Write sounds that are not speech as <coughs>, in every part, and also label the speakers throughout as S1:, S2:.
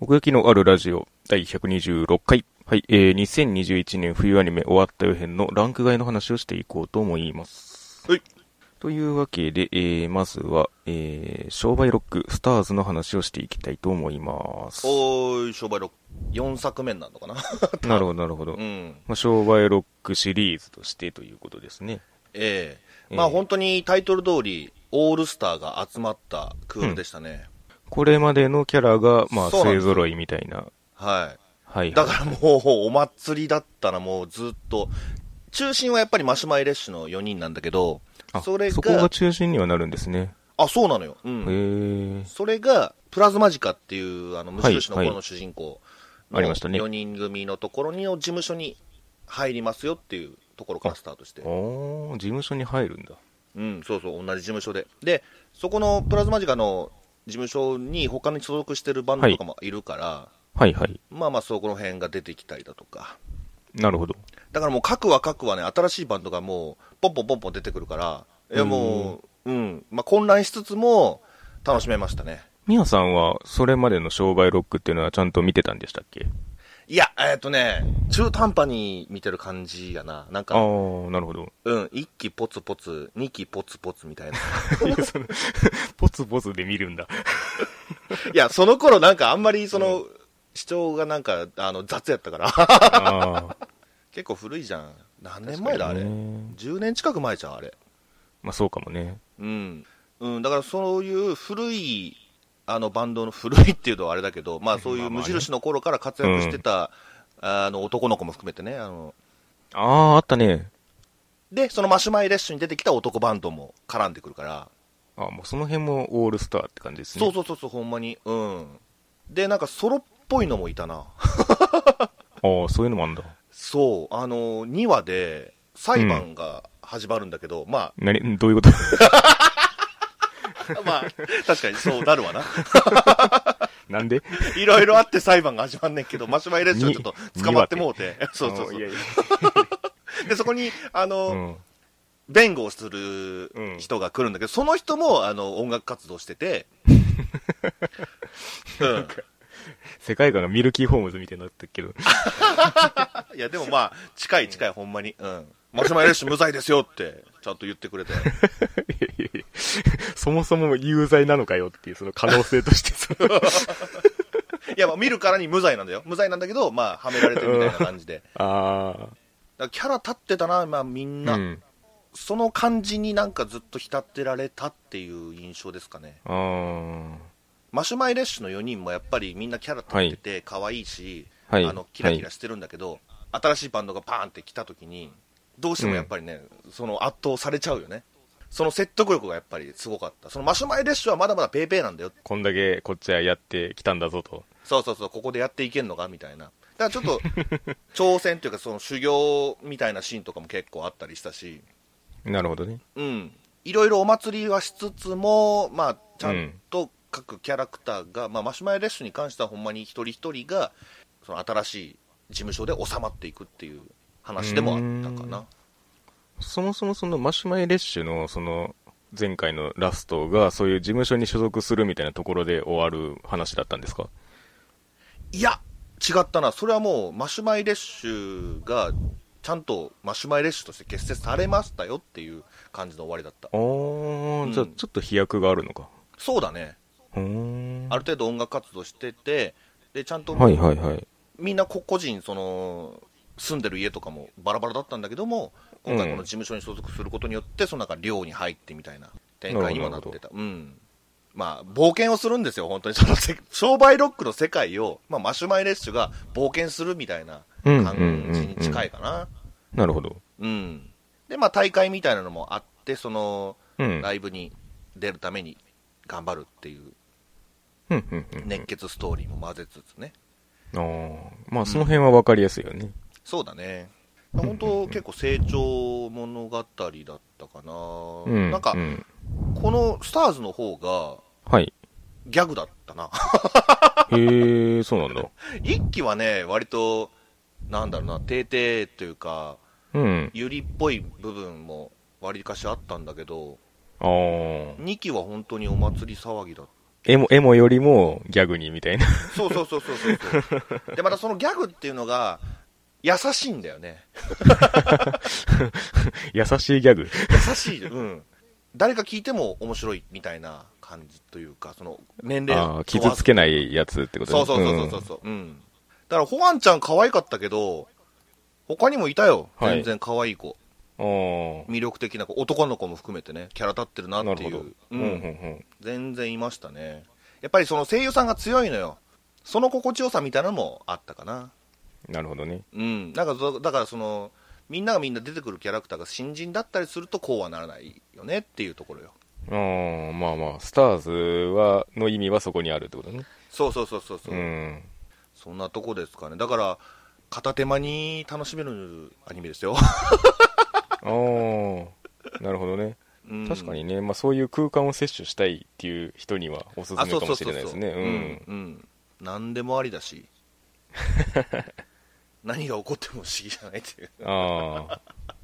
S1: 奥行きのあるラジオ第126回。はい、えー、2021年冬アニメ終わったよ編のランク外の話をしていこうと思います。
S2: はい。
S1: というわけで、えー、まずは、えー、商売ロック、スターズの話をしていきたいと思います。
S2: おーい、商売録。4作目になる
S1: <laughs>
S2: のかな
S1: なるほど、なるほど。
S2: うん。
S1: まあ、商売ロックシリーズとしてということですね。
S2: ええまあ
S1: ええ
S2: 本当にタイトル通り、オールスターが集まったクールでしたね。
S1: これまでのキャラが、まあ、
S2: そうなん
S1: 勢
S2: です
S1: 揃いみたいな。
S2: は
S1: はい、
S2: い。だからもう、お祭りだったらもうずっと、中心はやっぱりマシュマイレッシュの4人なんだけど、
S1: あ
S2: それが
S1: そこが中心にはなるんですね。
S2: あ、そうなのよ。う
S1: へ
S2: ん。
S1: ー。
S2: それが、プラズマジカっていう、あの、無印の
S1: はい
S2: 頃の主人公
S1: ありましたね
S2: 4人組のところに、事務所に入りますよっていうところからスタートして。
S1: おー、事務所に入るんだ。
S2: うん、そうそう、同じ事務所で。で、そこのプラズマジカの事務所に他に所属してるバンドとかもいるから、
S1: はいはい。
S2: まあまあ、そこの辺が出てきたりだとか。
S1: なるほど。
S2: だからもう、各は各はね、新しいバンドがもう、ポンポンポンポン出てくるから、いやもう、うん、まあ混乱しつつも、楽しめましたね。
S1: ミヤさんは、それまでの商売ロックっていうのはちゃんと見てたんでしたっけ
S2: いや、えっ、とね、中途半端に見てる感じやな。なん
S1: ああ
S2: か、
S1: ー、なるほど。
S2: うん、1期ポツポツ、2期ポツポツみたいな。 <laughs>
S1: いやそのポツポツで見るんだ。
S2: いや、その頃なんかあんまり、その、視聴がなんか、あの、雑やったから。
S1: ああ。
S2: 結構古いじゃん何年前だあれ、10年近く前じゃんあれ
S1: まあそうかもね。
S2: うん、うん、だからそういう古いあのバンドの古いっていうのはあれだけどまあそうい
S1: まあ
S2: う
S1: まあ
S2: 無
S1: ね
S2: 印の頃から活躍してた、あの男の子も含めてねあの
S1: ああ、あったね。
S2: でそのマシュマイレッシュに出てきた男バンドも絡んでくるから、
S1: あもうその辺もオールスターって感じですね。
S2: そうそうそうそうほんまにうんでなんかソロっぽいのもいたな
S1: あ
S2: <laughs>
S1: あ、そういうのもあんだ。
S2: そうあの2話で裁判が始まるんだけど、まあ
S1: なに、どういうこと <laughs>
S2: まあ確かにそうなるわな
S1: なんで
S2: いろいろあって裁判が始まんねん
S1: <laughs>
S2: けど、マシュマイレッシュはちょっと捕まってもうて、 <laughs> そうそう
S1: あ
S2: そ
S1: ー
S2: う
S1: いやいや
S2: で、そこに、あの、
S1: うん。
S2: 弁護をする人が来るんだけど、その人も、あの、音楽活動し
S1: <laughs>
S2: てて、うん
S1: 世界観がミルキーホームズみたいになったけど。 <laughs>
S2: いや、でもまあ、近い近い、ほんまに。うん。マシュマイレッシュ無罪ですよって、ちゃんと言ってくれて。
S1: いやいやいやそもそも有罪なのかよっていう、その可能性と <laughs> して、その
S2: いや、まあ、見るからに無罪なんだよ。無罪なんだけど、まあ、はめられてるみたいな感じで。
S1: あ
S2: だからキャラ立ってたな、まあ、みん
S1: あ、
S2: な。
S1: うん。
S2: その感じになんかずっと浸ってられたっていう印象ですかね。
S1: あー
S2: マシュマイレッシュの4人もやっぱりみんなキャラ立ってて可愛いし、
S1: はい
S2: あのキラキラしてるんだけど、新しいバンドがパーンって来た時にどうしてもやっぱりね、その圧倒されちゃうよねその説得力がやっぱりすごかったそのマシュマイレッシュはまだまだペーペーなんだよ
S1: こんだけこっちはやってきたんだぞと。
S2: そうそうそうここでやっていけんのかみたいなだからちょっ <laughs> と挑戦というかその修行みたいなシーンとかも結構あったりしたし
S1: なるほどね。
S2: うんいろいろお祭りはしつつもまあちゃんと各キャラクターが、まあ、マシュマイレッシュに関してはほんまに一人一人がその新しい事務所で収まっていくっていう話でもあったか
S1: うーん
S2: な
S1: そもそもそのマシュマイレッシュのその前回のラストがそういう事務所に所属するみたいなところで終わる話だったんですか
S2: いや違ったなそれはもうマシュマイレッシュがちゃんとマシュマイレッシュとして結成されましたよっていう感じの終わりだった
S1: あー、
S2: うん
S1: じゃあちょっと飛躍があるのか。
S2: そうだね
S1: うーん。
S2: ある程度音楽活動しててでちゃんと
S1: はいはいはい。
S2: みんな個個人その住んでる家とかもバラバラだったんだけども今回この事務所に所属することによってその中寮に入ってみたいな展開にもなって
S1: な
S2: たうんまあ冒険をするんですよ本当にそ
S1: <laughs>
S2: のせ商売ロックの世界を、まあ、マシュマイレッシュが冒険するみたいな
S1: うん
S2: 感じに近いかな
S1: なるほど。
S2: うんでまあ大会みたいなのもあってその
S1: うん。
S2: ライブに出るために頑張るっていう
S1: うんうんうん。
S2: 熱血ストーリーも混ぜつつね
S1: あーまあその辺はわかりやすいよね。
S2: そうだね。本当結構成長物語だったかな。
S1: うん。
S2: なんか
S1: う、ん
S2: このスターズの方が
S1: はい。
S2: ギャグだったな。 <laughs>
S1: へー、そうなんだ。
S2: 一期はね、割と、なんだろうな、てーてーというか、
S1: うん。
S2: ゆりっぽい部分も割りかしあったんだけど、
S1: あー。
S2: 二期は本当にお祭り騒ぎだっ
S1: エモ、エモよりもギャグにみたいな。 <laughs>
S2: そうそうそうそうそうそうでまたそのギャグっていうのが優しいんだよね
S1: 優しいギャグ。
S2: 優しい、うん、誰か聞いても面白いみたいな感じというかその年齢
S1: ああ、傷つけ
S2: い
S1: ないやつってこと
S2: そうそうそうそうそう、うんだからホアンちゃん可愛かったけど他にもいたよ
S1: はい
S2: 全然可愛い子、
S1: うん。あ
S2: 魅力的な子男の子も含めてねキャラ立ってるな
S1: あ、
S2: っ
S1: なる
S2: て
S1: ほ
S2: い
S1: ど
S2: う。
S1: う
S2: うんん、
S1: うんうん。
S2: 全然いましたねやっぱりその声優さんが強いのよその心地よさみたいなのもあったかな
S1: なるほどね。
S2: うんなんかそだからそのみんながみんな出てくるキャラクターが新人だったりするとこうはならないよねっていうところよ
S1: うん、まあまあ、スターズは、の意味はそこにあるってことね。
S2: そうそうそうそうそう、
S1: うん。
S2: そんなとこですかねだから片手間に楽しめるアニメですよ、
S1: <laughs> ああ、なるほどね。
S2: うん
S1: 確かにね、まあそういう空間を摂取したいっていう人にはおすす
S2: あ
S1: め
S2: そう
S1: か
S2: そ
S1: も
S2: う
S1: し
S2: そう
S1: れない
S2: そう
S1: ですね。
S2: うん、うん、何でもあり
S1: <laughs>
S2: だし何が起こっても不思議じゃないっていう
S1: うん。ああ。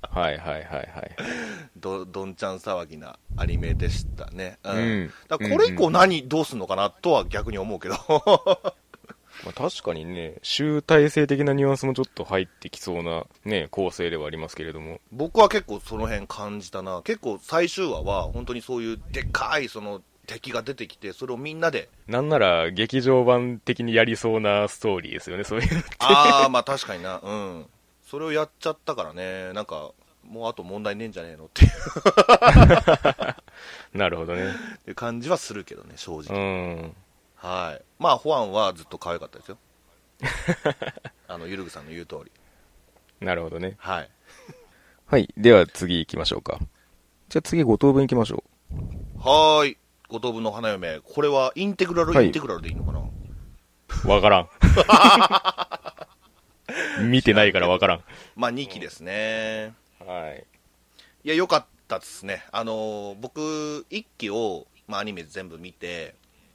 S1: はいはいはいはい。
S2: どどんちゃん騒ぎなアニメでしたね、うん
S1: うん
S2: だからこれ以降何どうすんのかなとは逆に思うけど <laughs>
S1: まあ、確かにね、集大成的なニュアンスもちょっと入ってきそうなね、構成ではありますけれども。
S2: 僕は結構その辺感じたな結構最終話は本当にそういうでっかいその敵が出てきてそれをみんな
S1: <laughs>
S2: で
S1: なんなら劇場版的にやりそうなストーリーですよね、そういう。 <laughs>
S2: ああまあ確かになうんそれをやっちゃったからねなんかもうあと問題ねえんじゃねえの <laughs> ってい
S1: なるほどね。
S2: う感じはするけどね正直
S1: うん。
S2: はい。まあ、ホアンはずっと可愛かっ
S1: <laughs>
S2: たですよ。あの、ゆるぐさんの言う通り。
S1: なるほどね。
S2: はい。
S1: はい。では次行きましょうか。じゃあ次5等分行きましょ
S2: はーい。五等分の花嫁。これはインテグラル、
S1: はい
S2: インテグラルでいいのかな
S1: う。わ <laughs> からん。見てないからわからん。
S2: まあ、2期ですね。
S1: はい。
S2: いや、良かったですね。あのー僕、1期を、まあ、アニメ全部見て、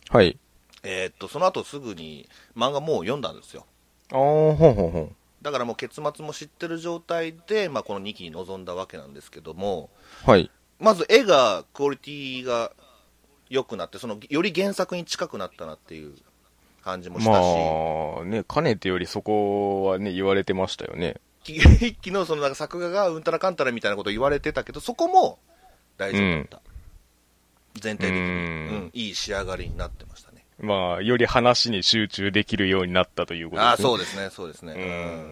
S1: はい。
S2: えーっと、その後すぐに漫画もう読んだんですよ。
S1: ああ、ほんほんほん。
S2: だからもう結末も知ってる状態で、まあ、この2期に臨んだわけなんですけども、
S1: はい。
S2: まず絵が、クオリティが良くなって、そのより原作に近くなったなっていう感じもしたし、
S1: まあ、ね、かねてよりそこはね、言われてましたよね。
S2: き一気のそのなんか作画がうんたらかんたらみたいなこと言われてたけど、そこも大丈夫だった、全体的に、
S1: う
S2: うんんいい仕上がりになってましたね。
S1: まあ、より話に集中できるようになったということですね。
S2: ああそうですね、そうですね。
S1: うん
S2: う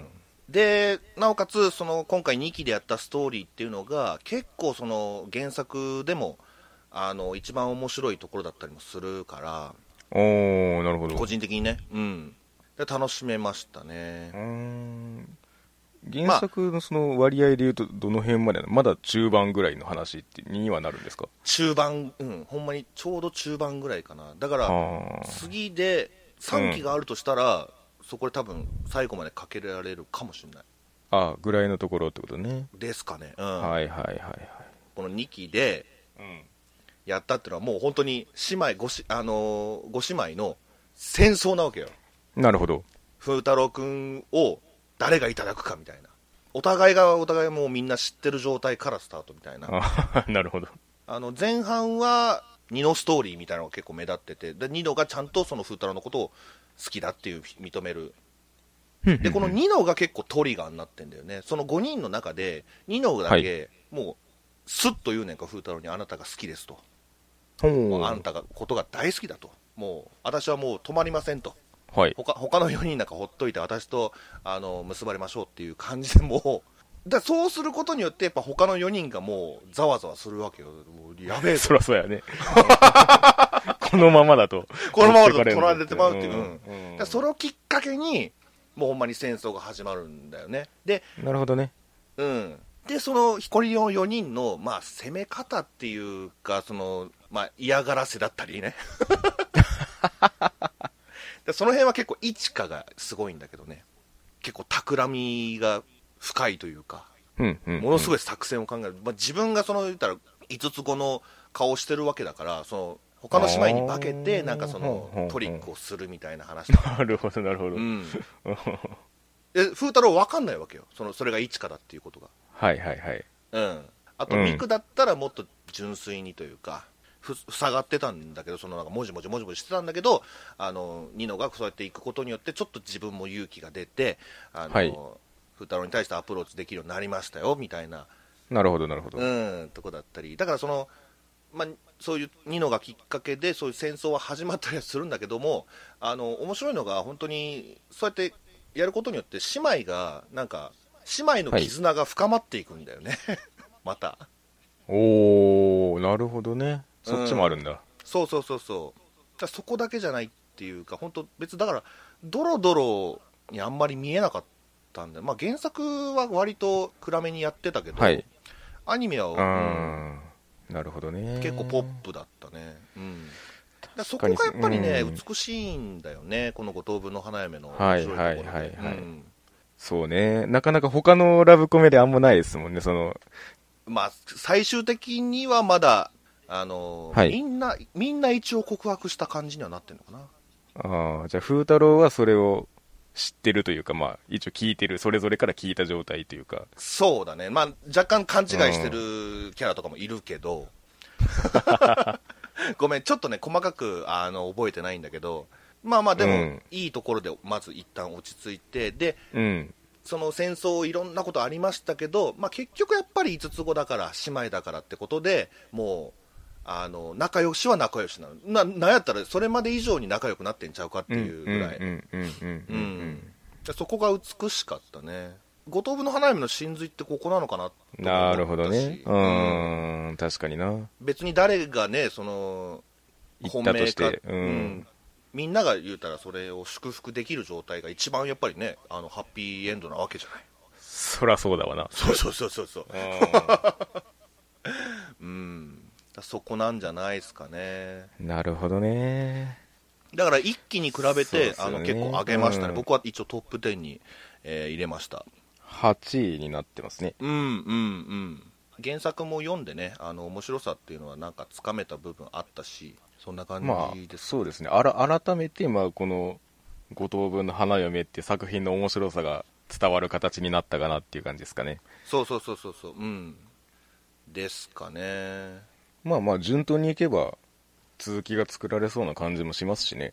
S2: んでなおかつその今回2期でやったストーリーっていうのが結構その原作でもあの一番面白いところだったりもするから、
S1: おー、なるほど。
S2: 個人的にね、うん、で楽しめましたね
S1: うー、ん原作のその割合で言うと、どの辺までなのまだ中盤ぐらいの話ってにはなるんですか
S2: 中盤、うん、ほんまにちょうど中盤ぐらいかな、だか
S1: あ
S2: ら
S1: ー
S2: 次で3期があるとしたら、そこで多分最後までかけられるかもしれない
S1: あー、ぐらいのところってことね。
S2: ですかね、うん
S1: はいはいはいはい。
S2: この2期でやったっていうのは、もう本当に姉妹ごし、あのーご姉妹の戦争なわけよ、
S1: なるほど。 <laughs>
S2: 風太郎君を誰がいただくかみたいな。お互いがお互いもうみんな知ってる状態からスタートみたいな
S1: あーなるほど。
S2: あの前半はニノストーリーみたいなのが結構目立っててでニノがちゃんとその風太郎のことを好きだっていう認めるでこのニノが結構トリガーになってんだよねその5人の中でニノだけもうスッと言うねんか風太郎にあなたが好きですと
S1: ほ
S2: あな
S1: ー
S2: たがことが大好きだともう私はもう止まりませんと
S1: はい。
S2: 他他の4人なんかほっといて私とあの結ばれましょうっていう感じでもう <laughs> だそうすることによってやっぱ他の4人がもうざわざわするわけよもうやべえぞ
S1: そらそうやね。 <laughs> このままだと。
S2: このままだと取られてまうっていう、
S1: ん
S2: だからそれをきっかけに、もうほんまに戦争が始まるんだよね、で、
S1: なるほどね。
S2: うん、でそのこりの4人の、まあ、攻め方っていうか、そのまあ、嫌がらせだったりね、でその辺は結構、一華がすごいんだけどね、結構、企みが深いというか、
S1: うんうん。
S2: ものす
S1: い。
S2: ごい作戦を考える、まあ、自分がその言ったら5つ子の顔をしてるわけだから、その他の姉妹に化け
S1: あ
S2: て、
S1: ー
S2: なんかそ
S1: うんうんう
S2: の
S1: ん
S2: トリックをするみたいな話
S1: <laughs>
S2: だ、
S1: なるほど、なるほど。
S2: う
S1: うん
S2: ん、
S1: は
S2: で風太郎、分かんないわけよ、そのそれが一華だっていうことが。
S1: <laughs> いはいはい。
S2: うん、あと、
S1: うん
S2: ミクだったらもっと純粋にというか、ふ塞がってたんだけどそのなんかもじもじもじもじしてたんだけどあのニノがそうやって行くことによってちょっと自分も勇気が出てあの、
S1: はい
S2: 風太郎に対してアプローチできるようになりましたよみたいな
S1: なるほど、なるほど。
S2: うんとこだったりだからその、まあ、そういうニノがきっかけでそういう戦争は始まったりはするんだけどもあの面白いのが本当にそうやってやることによって姉妹がなんか姉妹の絆が深まっていくんだよね、 <laughs> また
S1: おー、なるほどね。そっちもあるんだ。
S2: そうそうそうそうだからそこだけじゃないっていうか本当別だからドロドロにあんまり見えなかったんで、まあ、原作は割と暗めにやってたけど、
S1: はい。
S2: アニメは、
S1: う
S2: うん
S1: ん。なるほどね。
S2: 結構ポップだったね、うん、だからそ
S1: か
S2: こ
S1: に
S2: がやっぱりね、
S1: うん
S2: 美しいんだよね、この五等分の花嫁の
S1: はい
S2: 面白いところ
S1: は
S2: で
S1: いはいはい
S2: うん
S1: そうね。なかなか他のラブコメであんまないですもんね。その、
S2: まあ、最終的にはまだ、あの
S1: はい
S2: みんな、みんな一応告白した感じにはなってるのかな、
S1: ああ、じゃあ、風太郎はそれを知ってるというか、まあ、一応聞いてる、それぞれから聞いた状態というか。
S2: そうだね、まあ、若干勘違いしてるキャラとかもいるけど、 <laughs> ごめん、ちょっとね、細かくあの覚えてないんだけど、まあまあ、でも、
S1: うん
S2: いいところでまず一旦落ち着いて、で、
S1: うん。
S2: その戦争いろんなことありましたけど、まあ、結局やっぱり五つ子だから姉妹だからってことでもうあの仲良しは仲良しなのななんやったらそれまで以上に仲良くなってんちゃうかっていうぐらい、
S1: うんうんうんうんうんうん
S2: でそこが美しかったね五等分の花嫁の真髄ってここなのかなと思ったし
S1: なるほどね。う
S2: うん
S1: ーん、確かにな。
S2: 別に誰がねその
S1: 言ったとして
S2: 本命か
S1: うん
S2: みんなが言うたらそれを祝福できる状態が一番やっぱりねあのハッピーエンドなわけじゃない
S1: そらそうだわな。
S2: そうそうそうそうそう
S1: う
S2: うん、だそこなんじゃないですかね。
S1: んなるほどね。
S2: だから一気に比べ
S1: そう
S2: て、
S1: ですよ
S2: あ
S1: ね
S2: の結構上げましたね、
S1: うん
S2: 僕は一応トップ10に、えー入れました。
S1: 8位になってますね。
S2: うんうんうん。原作も読んでね、あの面白さっていうのはなんかつかめた部分あったし、そんな感
S1: ま
S2: じで
S1: あ、
S2: す。
S1: そうですね。あら、改めて、まあ、この、五等分の花嫁って作品の面白さが伝わる形になったかなっていう感じですかね。
S2: そうそうそうそうそう、うん。ですかね。
S1: まあまあ、順当にいけば、続きが作られそうな感じもしますしね。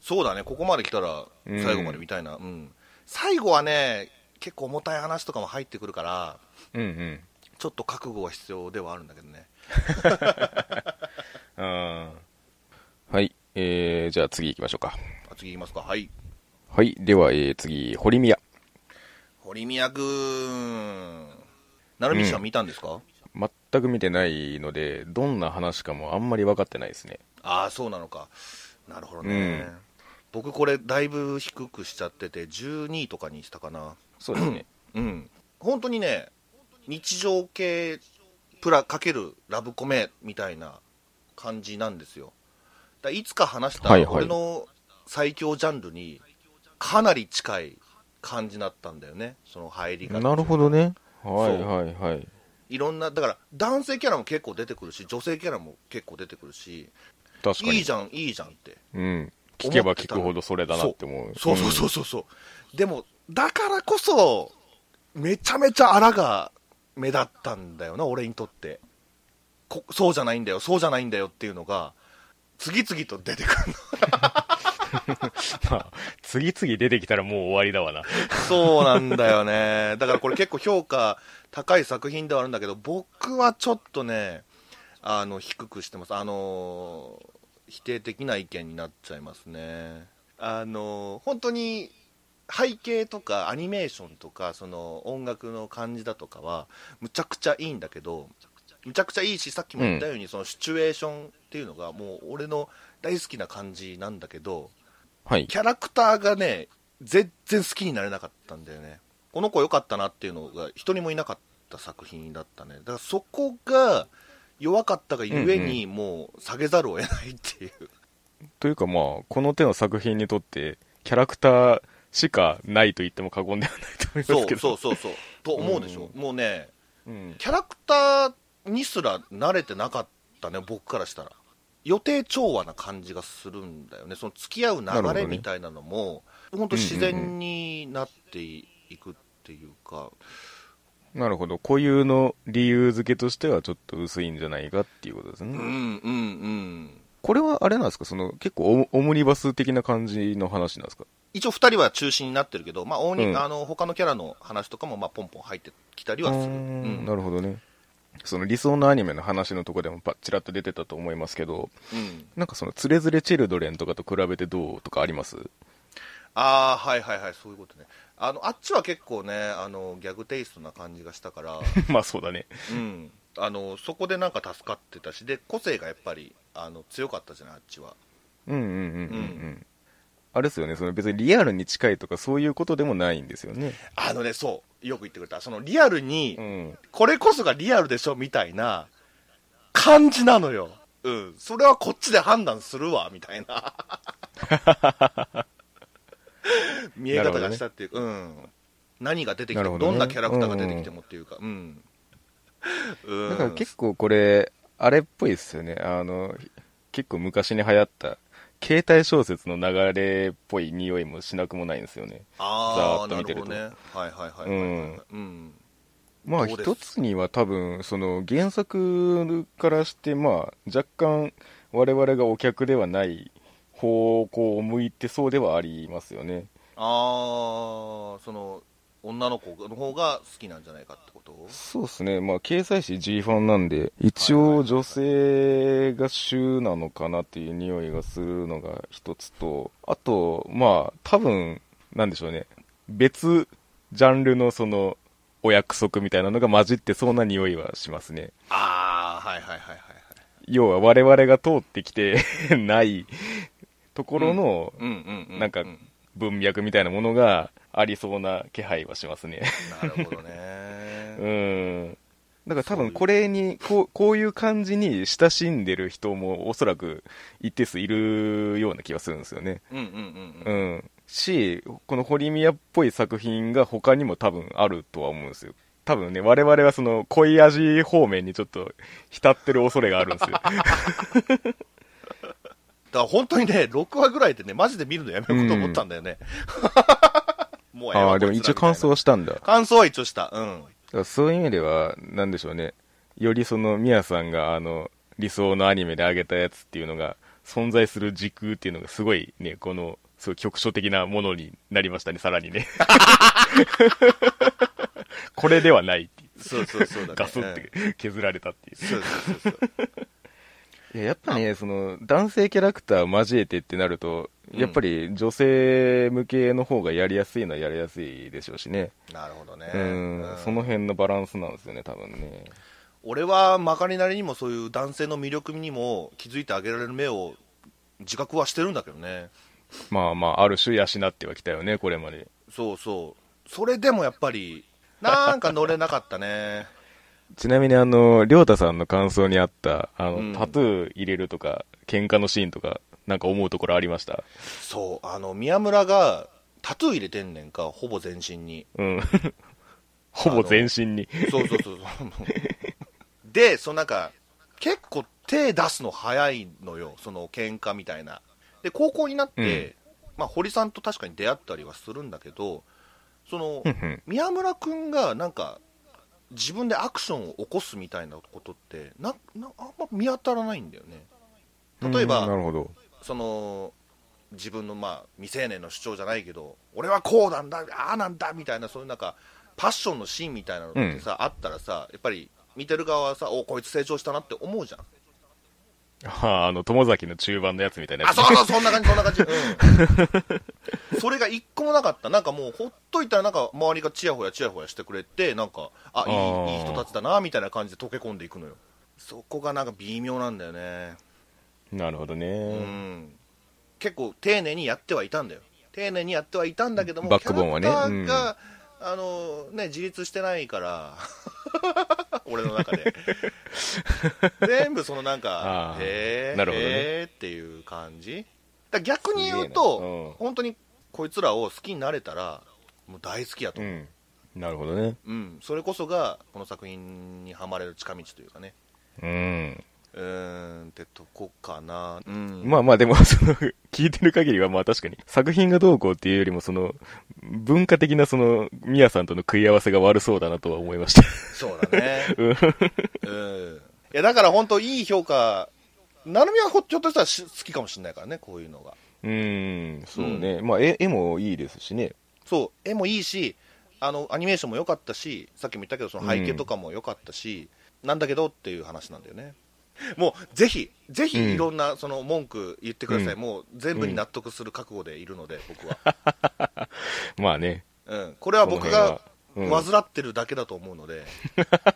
S2: そうだね、ここまで来たら
S1: うん
S2: 最後まで見たいな。うん、最後はね、結構重たい話とかも入ってくるから、
S1: うんうん。
S2: ちょっと覚悟が必要ではあるんだけどね。
S1: はい。えー、じゃあ次行きましょうか。
S2: あ次いきますか、はい。
S1: はい。では、えー、次、堀宮。
S2: 堀宮くん。なるみちゃん見たんですか、
S1: 全く見てないので、どんな話かもあんまり分かってないですね。
S2: ああ、そうなのか。なるほどね。
S1: うん
S2: 僕これだいぶ低くしちゃってて、12位とかにしたかな。
S1: そうですね。
S2: うん。本当にね、日常系プラかけるラブコメみたいな感じなんですよ。だいつか話した
S1: はいはい
S2: 俺の最強ジャンルにかなり近い感じだったんだよね。その入りが。
S1: <coughs> なるほどね。
S2: う
S1: はいはいはい。
S2: いろんな、だから男性キャラも結構出てくるし、女性キャラも結構出てくるし、
S1: 確かに。
S2: いいじゃん、いいじゃんって。
S1: うん。聞けば聞くほどそれだなって思う。
S2: そうそうそうそうそう。でも、だからこそ、めちゃめちゃあらが目立ったんだよな、俺にとって。こそうじゃないんだよ、そうじゃないんだよっていうのが、次々と出てくるの。
S1: うん。まあ <laughs> 次々出てきたらもう終わりだわな。
S2: <laughs> そうなんだよね。だからこれ結構評価高い作品ではあるんだけど、僕はちょっとね、あの、低くしてます。あのー否定的な意見になっちゃいますね。あのー本当に、背景とかアニメーションとかその音楽の感じだとかはむちゃくちゃいいんだけどむちゃくちゃいいしさっきも言ったように、そのシチュエーションっていうのがもう俺の大好きな感じなんだけど
S1: はい。
S2: キャラクターがね、全然好きになれなかったんだよね。この子良かったなっていうのが一人もいなかった作品だったね。だからそこが弱かったがゆえに、もう下げざるを得ないっていう。
S1: <laughs> というかまあ、この手の作品にとって、キャラクターしかないと言っても過言ではないと思います
S2: そ
S1: け
S2: う
S1: ど。
S2: そうそうそう。と思うでしょ。もうね、
S1: うん。
S2: キャラクターにすら慣れてなかったね、僕からしたら。予定調和な感じがするんだよね。その付き合う
S1: なるほ
S2: 流
S1: ど
S2: れ
S1: ね
S2: みたいなのも、本当自然になっていくっていうか、
S1: なるほど。固有の理由付けとしてはちょっと薄いんじゃないかっていうことですね。
S2: うんうんうん
S1: これはあれなんですかその結構オオムニバス的な感じの話なんですか
S2: 一応2人は中心になってるけど、まあ大に
S1: うん
S2: あの他のキャラの話とかもまあポンポン入ってきたりはする、うん
S1: なるほどね。その理想のアニメの話のとこでもパッチラッと出てたと思いますけど、
S2: うん
S1: なんかその、つれづれチルドレンとかと比べてどうとかあります
S2: ああはいはいはいそういうことねあのあっちは結構ねあのギャグテイストな感じがしたから
S1: <laughs> <laughs> まあそうだね。
S2: うんあのそこでなんか助かってたしで個性がやっぱりあの強かったじゃないあっちは
S1: うんうんうんうん。う、
S2: うん
S1: あれですよね、その別にリアルに近いとかそういうことでもないんですよね。
S2: あのねそうよく言ってくれたそのリアルに、
S1: うん。
S2: これこそがリアルでしょみたいな感じなのようんそれはこっちで判断するわみた
S1: <laughs>
S2: いな見え方がしたっていう、うん何が出てき
S1: な
S2: て
S1: るほ
S2: もど,、
S1: どね
S2: んなキャラクターが出てきてもっていうかうん、うん
S1: だから結構これ、あれっぽいですよね。あの、結構昔に流行った、携帯小説の流れっぽい匂いもしなくもないんですよね。
S2: あ
S1: ざー
S2: あ
S1: っと
S2: な
S1: 見て
S2: る
S1: る
S2: ほ
S1: と
S2: どねはいはいはいはいはいはいうん
S1: まあ
S2: どうで
S1: 一つには多分その原作からしてまあ若干我々がお客ではない方向を向いてそうではありますよね
S2: ああその女の子の方が好きなんじゃないかってこと
S1: そうですねまあ掲載誌 G ファンなんで一
S2: はいはいは
S1: 応
S2: い
S1: 女性が主なのかなっていう匂いがするのが一つとあとまあ多分なんでしょうね別ジャンルのそのお約束みたいなのが混じってそうな匂いはしますね
S2: ああはいはいはいはいはい
S1: 要は我々が通ってきて <laughs> ないところの
S2: うんうんうう
S1: なんか文脈みたいなものがありそうな気配はしますね。
S2: なるほど
S1: う
S2: ね。
S1: ん。だから多分これに、こう、こういう感じに親しんでる人もおそらく一定数いるような気がするんですよね。
S2: うんうんう
S1: うんん。し、この堀宮っぽい作品が他にも多分あるとは思うんですよ。多分ね、我々はその濃い味方面にちょっと浸ってる恐れがあるんですよ。
S2: だから本当にね、6話ぐらいでね、マジで見るのやめようと思ったん
S1: <laughs>
S2: だよね。もうええ
S1: <laughs> あ
S2: わ
S1: あ、でも
S2: こいつ
S1: 一
S2: ら
S1: 応感想は
S2: み
S1: したんだ
S2: たいな。感想は一応した。うん。
S1: だからそういう意味では、なんでしょうね、よりその、ミヤさんが、あの、理想のアニメであげたやつっていうのが、存在する時空っていうのが、すごいね、この、すごい局所的なものになりましたね、さら
S2: <laughs>
S1: にね。これではないっていう
S2: そうそうそうだね。
S1: ガスっ
S2: うん。
S1: て削られたっていう。
S2: そうそうそうそう。
S1: いややっぱね、その、男性キャラクター交えてってなると、
S2: うん
S1: やっぱり女性向けの方がやりやすいのはやりやすいでしょうしね。
S2: なるほどね。
S1: うん
S2: う、ん
S1: その辺のバランスなんですよね、多分ね。
S2: 俺はまかりなりにもそういう男性の魅力にも気づいてあげられる目を自覚はしてるんだけどね。
S1: まあまあ、ある種養ってはきたよね、これまで。
S2: そうそう。それでもやっぱり、なんか乗れなかったね。 <laughs>
S1: ちなみに、あの、りょうたさんの感想にあった、あの、
S2: うん
S1: タトゥー入れるとか、喧嘩のシーンとか、なんか思うところありました
S2: そう、あの、宮村がタトゥー入れてんねんか、ほぼ全身に。
S1: <laughs> うん。ほぼ全身に。
S2: そうそうそうそう。で、そのなんか、結構手出すの早いのよ、その喧嘩みたいな。で、高校になって、まあ、堀さんと確かに出会ったりはするんだけど、その、
S1: うん
S2: 宮村くんがなんか、自分でアクションを起こすみたいなことって、な、なあんま見当たらないんだよね。例えば
S1: うんなるほど。
S2: その自分のまあ未成年の主張じゃないけど俺はこうなんだああなんだみたいなそういうなんかパッションのシーンみたいなのってさ、あったらさやっぱり見てる側はさおこいつ成長したなって思うじゃん
S1: はあ、あの、友崎の中盤のやつみたいなや
S2: あ
S1: つ。
S2: そうそうそんな感じそんな感じ、うん、それが一個もなかったなんかもうほっといたらなんか周りがちやほやちやほやしてくれてなんかあいい
S1: あー
S2: いい人たちだなみたいな感じで溶け込んでいくのよそこがなんか微妙なんだよね
S1: なるほど
S2: う
S1: ね。
S2: ん結構丁寧にやってはいたんだよ丁寧にやってはいたんだけども
S1: バックボーンはね
S2: キャラクターが、あのね自立してないから
S1: <laughs>
S2: 俺の中で全部そのなんか
S1: <laughs> あー
S2: へえ、
S1: なるほどね
S2: へーっていう感じだから逆に言うと
S1: すげえなうん
S2: 本当にこいつらを好きになれたらもう大好きやと
S1: う
S2: 思う、
S1: ん。なるほどね。
S2: うんそれこそがこの作品にはまれる近道というかね
S1: うん。
S2: うーんってとこかな。うん。
S1: まあまあでも、その、 <laughs> 聞いてる限りはまあ確かに、作品がどうこうっていうよりも、その、文化的なその、ミヤさんとの食い合わせが悪そうだなとは思いました。
S2: そうだね。
S1: <laughs> うん
S2: うん。いや、だから本当いい評価、なるみはほひょっとしたらし好きかもしれないからね、こういうのが。
S1: うん、そうね。まあ絵、絵もいいですしね。
S2: そう、絵もいいし、あの、アニメーションも良かったし、さっきも言ったけど、その背景とかも良かったし、なんだけどっていう話なんだよね。もう、ぜひ、ぜ
S1: うん
S2: ひ、いろんな、その、文句言ってください。
S1: うん
S2: もう、全部に納得する覚悟でい
S1: <laughs>
S2: るので、僕は。
S1: まあね。
S2: うん。これは僕が、
S1: この辺はうん
S2: 患ってるだけだと思う
S1: <laughs>
S2: ので。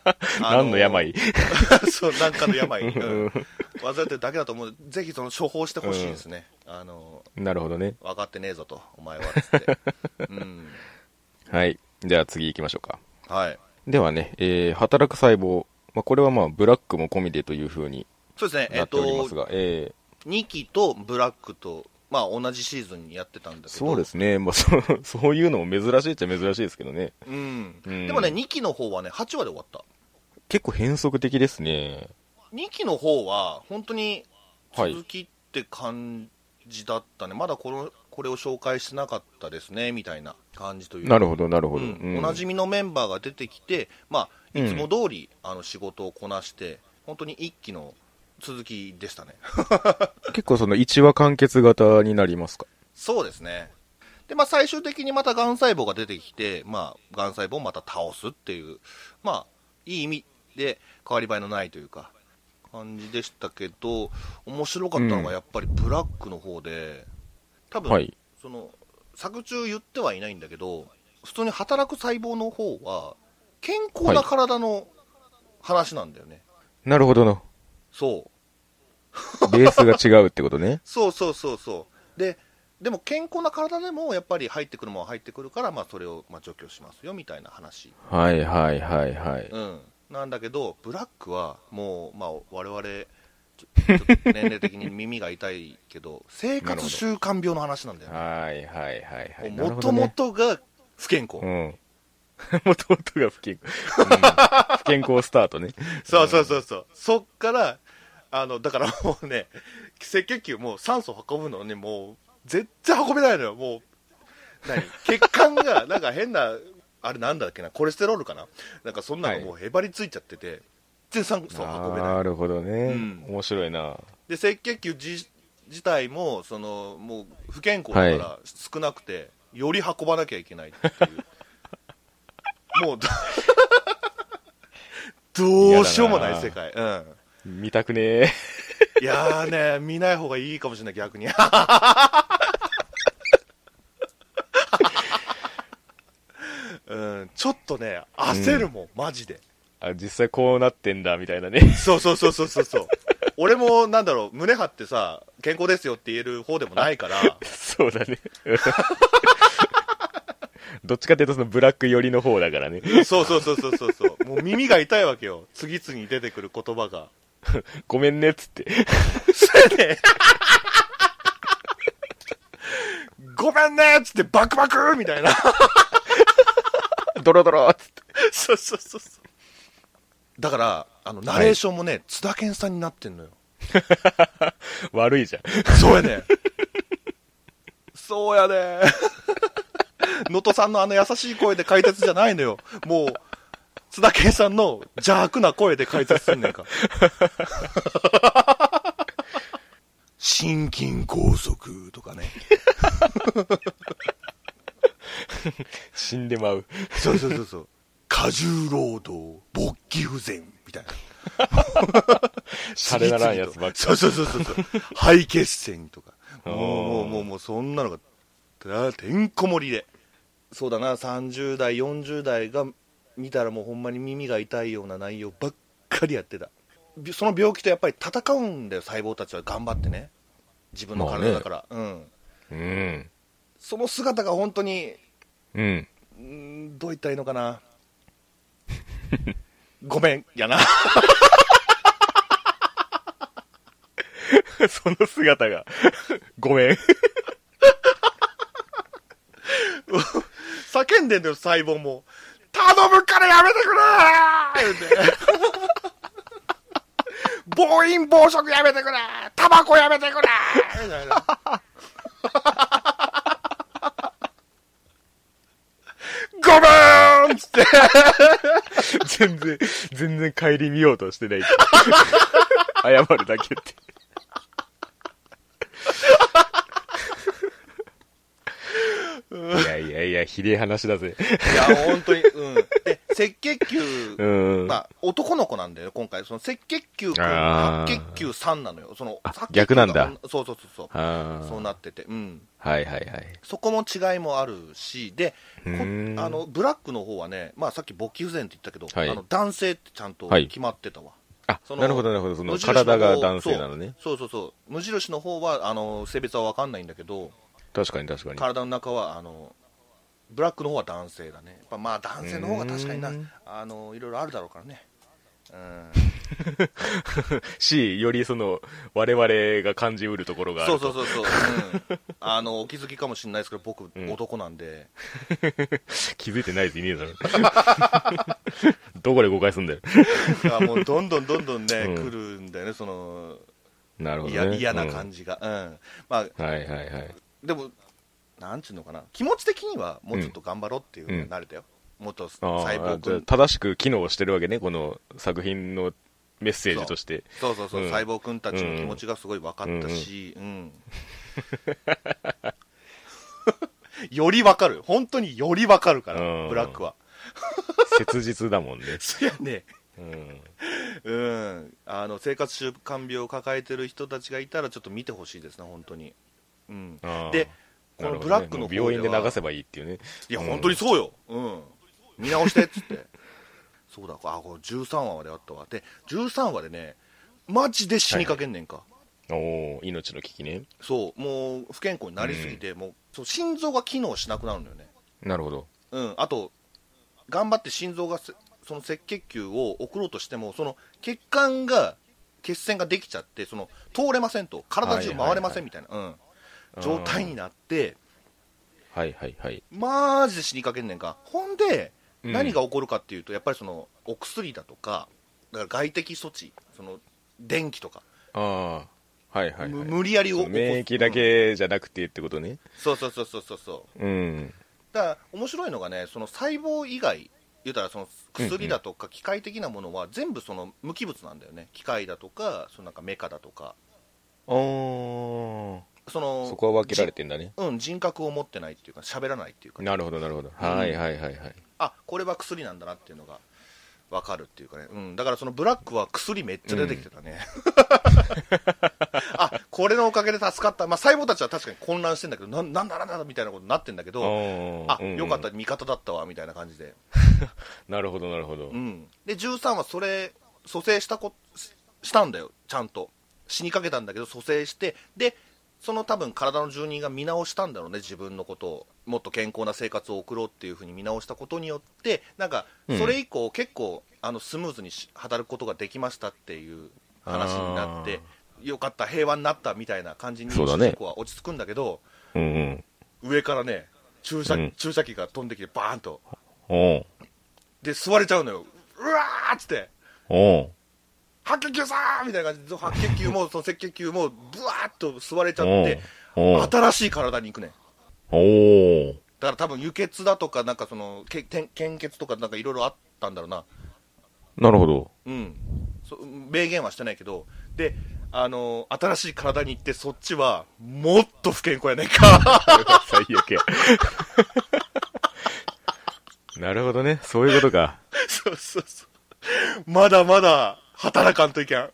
S2: あ
S1: 何の病 <laughs>
S2: <laughs> そう、なんかの病。
S1: う
S2: うんん患ってるだけだと思うのでぜひ、その、処方してほしいですね。あの、
S1: なるほどね。
S2: 分かってねえぞと、お前は、
S1: <laughs>
S2: つって。うん。
S1: はい。じゃあ次行きましょうか。
S2: はい。
S1: ではね、えー、働く細胞。まあこれはまあ、ブラックも込みでという風に
S2: そうですね、え
S1: なっ
S2: っ
S1: ておりま
S2: と
S1: す、が、えー
S2: 2期とブラックと、まあ、同じシーズンにやってたんだけど
S1: そうですね。まあ、そう、 <laughs> そういうのも珍しいっちゃ珍しいですけどね。
S2: うん
S1: うん
S2: でもね2期の方はね8話で終わった
S1: 結構変則的ですね。
S2: 2期の方は本当に
S1: はい
S2: 続きって感じだったね、まだこのこれを紹介してなかったですねみたいな感じというか
S1: なるほど、なるほど。
S2: うんおなじみのメンバーが出てきて、まあ、いつも通り、あの仕事をこなして本当に1期の続きでしたね
S1: 結構その1話完結型になりますか。
S2: そうですねで、まあ、最終的にまたがん細胞が出てきて、まあ、がん細胞をまた倒すっていう、まあ、いい意味で変わり映えのないというか、感じでしたけど、面白かったの
S1: う
S2: が
S1: ん
S2: やっぱりブラックの方で、多分、
S1: はい。
S2: その、作中言ってはいないんだけど、普通に働く細胞の方は、健康な体の話なんだよね。
S1: なるほどの。
S2: そう。。
S1: ベースが違うってことね
S2: そうそうそうそうででも健康な体でもやっぱり入ってくるものは入ってくるから、まあ、それをまあ除去しますよみたいな話、
S1: はいはいはいはい。
S2: うん、なんだけどブラックはもう、まあ、我々
S1: <laughs>
S2: ちょちょっと年齢的に耳が痛いけど生活習慣病の話なんだよね
S1: はいはいはいはい。なる
S2: も
S1: ほ
S2: と
S1: ど
S2: も
S1: ね
S2: とが不健康、
S1: うん。 <laughs> もともとが不健康。うん不健康スタートね。
S2: そうそうそうそうそっからあのだからもうね <laughs> 赤血球もう酸素運ぶのにもう絶対運べないのよもう何血管がなんか変なあれなんだっけなコレステロールかななんかそんなのがもうへばりついちゃってて全然酸素運べない
S1: なるほどね。
S2: うん
S1: 面白いな。
S2: で赤血球自自体もそのもう不健康だから少なくて、より運ばなきゃいけないっていうもうどどうしようもない世界うん
S1: 見たくねえ。
S2: いやーね、見ない方がいいかもしれない、逆に。うん、ちょっとね、焦るもん、マジで。
S1: あ、実際こうなってんだ、みたいなね。 <laughs>
S2: そうそうそうそうそうそう。俺も、なんだろう、胸張ってさ、健康ですよって言える方でもないから、
S1: そうだね。 <laughs> どっちかっていうとそのブラック寄りの方だからね。
S2: そうそうそうそうそうそう、もう耳が痛いわけよ、次々に出てくる言葉が。
S1: ごめんねっつって。 <laughs>
S2: それで、ごめんねっつってバクバクみたいな。
S1: ドロドロっつって。
S2: そうそうそうそう。だから、あの、ナレーションもね、津田健さんになってんのよ。
S1: <laughs> 悪いじゃん。 <laughs>
S2: そうやね。そうやね。 <laughs> 能登さんのあの優しい声で解説じゃないのよ。もう、津田健さんの邪悪な声で解説すんねんか。心筋梗塞とかね。
S1: 死んでまう。
S2: そうそうそうそう。過重労働、勃起不全、みたいな。
S1: シャレならんやつばっか。
S2: そうそうそうそうそう。肺血栓とか。
S1: <laughs>
S2: も
S1: お
S2: うも
S1: ー
S2: うもうもうそんなのが、だてんこ盛りで。そうだな、30代、40代が見たらもうほんまに耳が痛いような内容ばっかりやってた。びその病気とやっぱり戦うんだよ、細胞たちは頑張ってね。自分の体だから。うん。
S1: うん。
S2: その姿が本当に、
S1: うん。
S2: うーんどう言ったらいいのか
S1: <laughs>
S2: な。ごめん、やな。 <laughs>
S1: <laughs> その姿が、ごめん。
S2: 叫んでんだよ、細胞も。
S1: <laughs>
S2: <laughs> 頼むからやめてくれー言うて。暴飲暴食やめてくれタバコやめてくれみたいな
S1: ごめんつって。 <laughs> 全然、全然帰り見ようとしてないっていう。謝るだけって。いやいやいや、ひでえ話だぜ。
S2: いや、本当に、うん。で、赤血球、
S1: うん。
S2: まあ、男の子なんだよ、今回。その赤血球くん、
S1: あ
S2: 白
S1: ー
S2: 血球3なのよ。その、白血球が
S1: 逆なんだ。
S2: そうそうそうそう。
S1: あー
S2: そうなってて。うん。
S1: はいはいはい。
S2: そこも違いもあるし、で、
S1: う
S2: こあ
S1: ーん
S2: の、ブラックの方はね、まあさっき勃起不全って言ったけど、
S1: はい
S2: あの男性ってちゃんと
S1: はい
S2: 決まってたわ。
S1: あ、
S2: その
S1: なるほどなるほど。その
S2: 無印の方
S1: 体が男性なのね。
S2: そうそうそうそう。無印の方は、あの、性別はわかんないんだけど、
S1: 確かに確かに。
S2: 体の中は、あの、ブラックの方は男性だね。やっぱまあ男性の方が確かにな
S1: うーん、
S2: あの、いろいろあるだろうからね。うん。
S1: し、よりその、我々が感じうるところがあ
S2: そう
S1: ると。
S2: そうそうそう、うん、あのお気づきかもしれないですけど僕、
S1: ん
S2: 男なんで
S1: 気づいてないやついねえだろ。 <laughs> どこで誤解すんだよ。
S2: いやもうどんどんどんどんね、
S1: うん
S2: 来るんだよねその
S1: なるほど、
S2: 嫌
S1: ね。
S2: 嫌な感
S1: じ、
S2: じが、うんまあ
S1: はいはいはい。
S2: でもなんちゅうのかな気持ち的にはもうちょっと頑張ろうっていうの
S1: う
S2: に
S1: ん
S2: 慣れたよ、もっと
S1: あー
S2: 細胞
S1: じゃあ
S2: 君
S1: 正しく機能してるわけね、この作品のメッセージとして。
S2: そうそうそう、
S1: うん
S2: 細胞君たちの気持ちがすごい分かったし、うん <laughs> より分かる本当により分かるから、
S1: うん
S2: ブラックは。
S1: 切実だもんね
S2: そやね
S1: うん。
S2: うん、あの生活習慣病を抱えてる人たちがいたら、ちょっと見てほしいですね、本当に。うん、
S1: あー
S2: で、こ
S1: な
S2: の
S1: るほどね
S2: ブラックの方では
S1: もう病院で流せばいいっていうね。
S2: いや、本当にそうよ、うん、見直してっつって、そうだ、あこれ13話まであったわ、で、13話でね、マジで死にかけんねんか、
S1: おー命の危機ね。
S2: そう、もう不健康になりすぎて、もうそう心臓が機能しなくなるのよね、
S1: なるほど。
S2: うん、あと、頑張って心臓がせその赤血球を送ろうとしても、その血管が、血栓ができちゃって、その通れませんと、体中回れませんみたいな、うん、状態になって、
S1: はいはいはい。
S2: マジで死にかけんねんか、ほんで、
S1: うん
S2: 何が起こるかっていうと、やっぱりそのお薬だとか、だから外的措置、その電気とか、
S1: ああ。はいはい、
S2: む
S1: はい。
S2: 無理やりを起こす
S1: 免疫だ
S2: うん
S1: けじゃなくてってことね。
S2: そうそうそうそうそうそう。
S1: うん。
S2: だから面白いのがねその細胞以外言うたらその薬だとか機械的なものは全部その無機物なんだよね機械だとかそのなんかメカだとか
S1: おー。
S2: その
S1: そこは分けられてんだね。
S2: じうん人格を持ってないっていうか喋らないっていうか
S1: なるほどなるほど。はいはいはいはい。
S2: あこれは薬なんだなっていうのが分かるっていうかね、うん、だからそのブラックは薬めっちゃ出てきて
S1: <laughs>
S2: たね、あこれのおかげで助かった、まあ、細胞たちは確かに混乱してんだけどななんだなんだみたいなことになってんだけど
S1: おー
S2: あ、
S1: うんうん
S2: よかった味方だったわみたいな感じで
S1: なるほどなるほど
S2: う。ん、で13はそれ蘇生したこししたんだよちゃんと死にかけたんだけど蘇生してでその多分体の住人が見直したんだろうね自分のことをもっと健康な生活を送ろうっていうふうに見直したことによってなんか
S1: うん
S2: それ以降結構あのスムーズにし働くことができましたっていう話になってよかった平和になったみたいな感じに
S1: そうだね
S2: 主人公は落ち着くんだけど
S1: うんうん。
S2: 上からね注射,、
S1: うん
S2: 注射器が飛んできてバーンと
S1: おう
S2: で吸われちゃうのようわーっつって。
S1: おう
S2: 白血球さーみたいな感じで、白血球もその赤血球もぶわーっと吸われちゃっ
S1: おう
S2: て、
S1: おう
S2: 新しい体に行くねん。
S1: おう
S2: だから多分輸血だとか、なんかその、け献献血とかなんかいろいろあったんだろうな。
S1: なるほど。
S2: うん。そ明言はしてないけど、で、あのー新しい体に行って、そっちは、もっと不健康やねん
S1: <laughs>
S2: か。 <laughs>
S1: 最悪や。なるほどね。そういうことか。
S2: そうそうそう。まだまだ、働かんといけん。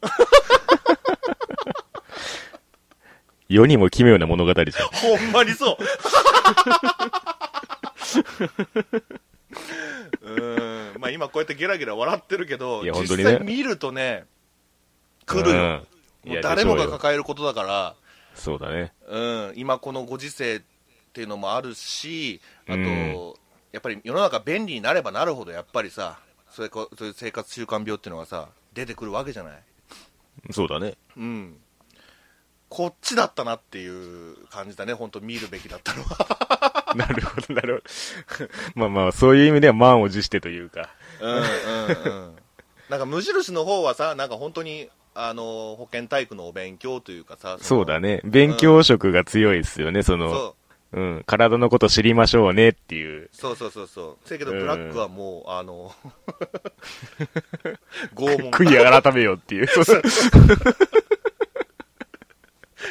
S1: 世にも奇妙な物語じゃん。
S2: ほんまにそう。うーん。まあ今こうやってゲラゲラ笑ってるけど、
S1: いや本当に
S2: 実
S1: ね
S2: 際見るとね、来るよ。
S1: うんい
S2: も
S1: うや
S2: 誰もが
S1: でしょうよ
S2: 抱えることだか
S1: そうだね。
S2: ら、うん。今このご時世っていうのもあるし、あと、
S1: うん
S2: やっぱり世の中便利になればなるほど、やっぱりさ、それこそういう生活習慣病っていうのがさ、出てくるわけじゃない。
S1: そうだね。
S2: うん。こっちだったなっていう感じだね、本当見るべきだったのは。
S1: <laughs> なるほど、なるほど。まあまあ、そういう意味では満を持してというか。
S2: うんうんうんなんか無印の方はさ、なんか本当にあの保健体育のお勉強というかさ
S1: そうだね。勉強色が強いですよね、そ
S2: そ
S1: の、
S2: う
S1: うん。体のこと知りましょうねっていう。
S2: そうそうそうそうせやけど
S1: うん
S2: ブラックはもう、
S1: <laughs>
S2: あの拷問
S1: 悔い改めようっ
S2: <laughs>
S1: ていう。そうそう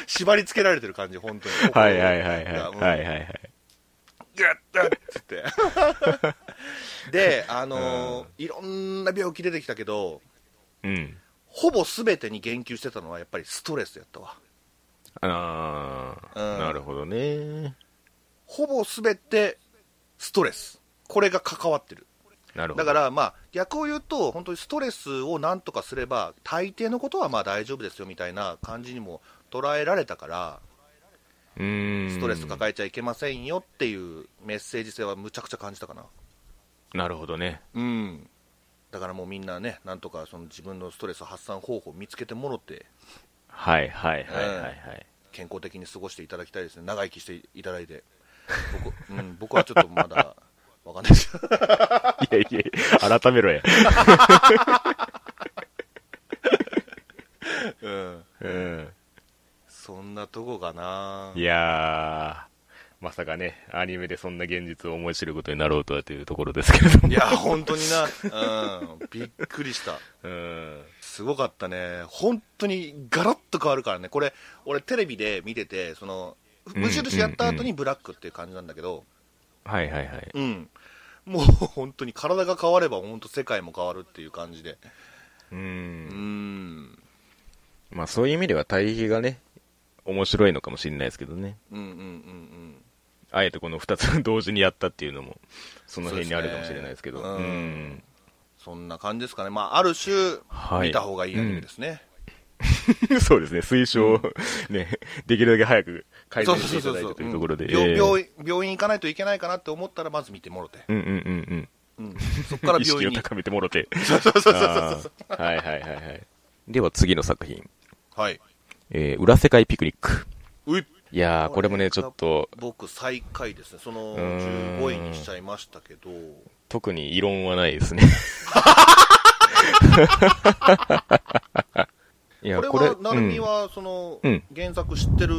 S2: 縛り付けられてる感じ本当に
S1: はいはいはいはい。
S2: うん
S1: はいはいはい。
S2: グッグッつって <laughs> であのーいろんな病気出てきたけど
S1: うん。
S2: ほぼ全てに言及してたのはやっぱりストレスやったわ
S1: あ
S2: う
S1: あ、
S2: ん
S1: なるほどね。
S2: ほぼ全てストレスこれが関わってる
S1: なるほど。
S2: だからまあ逆を言うと本当にストレスをなんとかすれば大抵のことはまあ大丈夫ですよみたいな感じにも捉えられたから
S1: うーん、
S2: ストレス抱えちゃいけませんよっていうメッセージ性はむちゃくちゃ感じたかな
S1: なるほどね。
S2: うんだからもうみんなねなんとかその自分のストレス発散方法を見つけてもろって
S1: はいはいはいはいはい。
S2: 健康的に過ごしていただきたいですね長生きしていただいて僕,、うん、僕はちょっとまだわかんないです
S1: いやいや、改めろや。
S2: <laughs> うん
S1: うん。
S2: そんなとこかない
S1: やー、まさかね、アニメでそんな現実を思い知ることになろうとはというところですけれども
S2: い。や本当にな、うん、びっくりした
S1: うん。
S2: すごかったね本当にガラッと変わるからねこれ俺テレビで見ててその
S1: ん
S2: 無印やった後
S1: うんう
S2: にブラックっていう感じなんだけど
S1: はいはいはい。
S2: うん、もう本当に体が変われば本当世界も変わるっていう感じで
S1: う。
S2: うんん
S1: まあそういう意味では対比がね、面白いのかもしれないですけどね。
S2: うんうんうんうん
S1: あえてこの2つ <laughs> 同時にやったっていうのも、その辺にあるかもしれないですけど。
S2: そう
S1: う
S2: ですねうん
S1: ん。
S2: そんな感じですかねまあある種
S1: はい
S2: 見た方がいいアニメですね、
S1: そうですね、推奨を、ね、できるだけ早く改善していただいたというところで。
S2: うん病
S1: えー
S2: 病院病院行かないといけないかなって思ったらまず見てもろて、
S1: うんうんうん <laughs>
S2: うん、そこか
S1: う
S2: ら
S1: ん。意
S2: 病
S1: 識
S2: 院
S1: を
S2: に
S1: 高めてもろて。
S2: そう <laughs> そうそうそうそう
S1: あーはいはいはいはい。では次の作品。
S2: はい
S1: えー、裏世界ピクニック。
S2: うい
S1: いやー、これもね、ちょっと、
S2: 僕最下位ですねその
S1: うーん
S2: 15位にしちゃいましたけど
S1: 特に異論はないです
S2: <laughs>
S1: ね。いや、
S2: こ
S1: こ
S2: れ
S1: れ、
S2: は成
S1: うん
S2: 海はその、
S1: うん
S2: 原作知ってる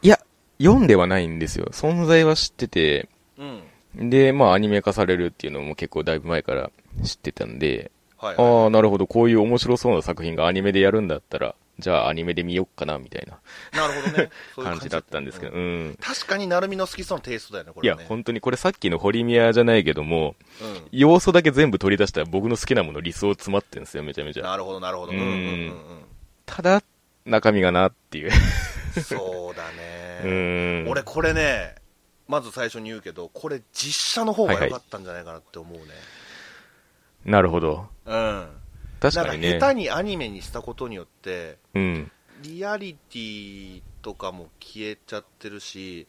S1: いや、読んではないんですよ。存在は知ってて、
S2: うん
S1: で、まあ、アニメ化されるっていうのも結構だいぶ前から知ってたんで、
S2: はいはい
S1: ああ、なるほど、こういう面白そうな作品がアニメでやるんだったら、じゃあアニメで見よっかな、みたいな
S2: なるほ
S1: <laughs>
S2: どねそういう
S1: 感じだったんですけど、
S2: う
S1: うん。
S2: 確かに成海の好きそうなテイストだよねこ
S1: い
S2: れ
S1: や、
S2: はね
S1: 本当にこれさっきのホリミアじゃないけども、
S2: うん
S1: 要素だけ全部取り出したら僕の好きなもの理想詰まってんですよ、めちゃめちゃ。
S2: なるほどなるほど
S1: う
S2: うんんうんうん
S1: ただ、中身がなっていう。
S2: うんそうだ
S1: う
S2: ね
S1: ん。
S2: 俺これねまず最初に言うけどこれ実写の方が良かったんじゃないかなって思うね、
S1: なるほど。
S2: うん
S1: 確
S2: なん
S1: か
S2: か
S1: にね。
S2: 下手にアニメにしたことによって
S1: うん。
S2: リアリティとかも消えちゃってるし、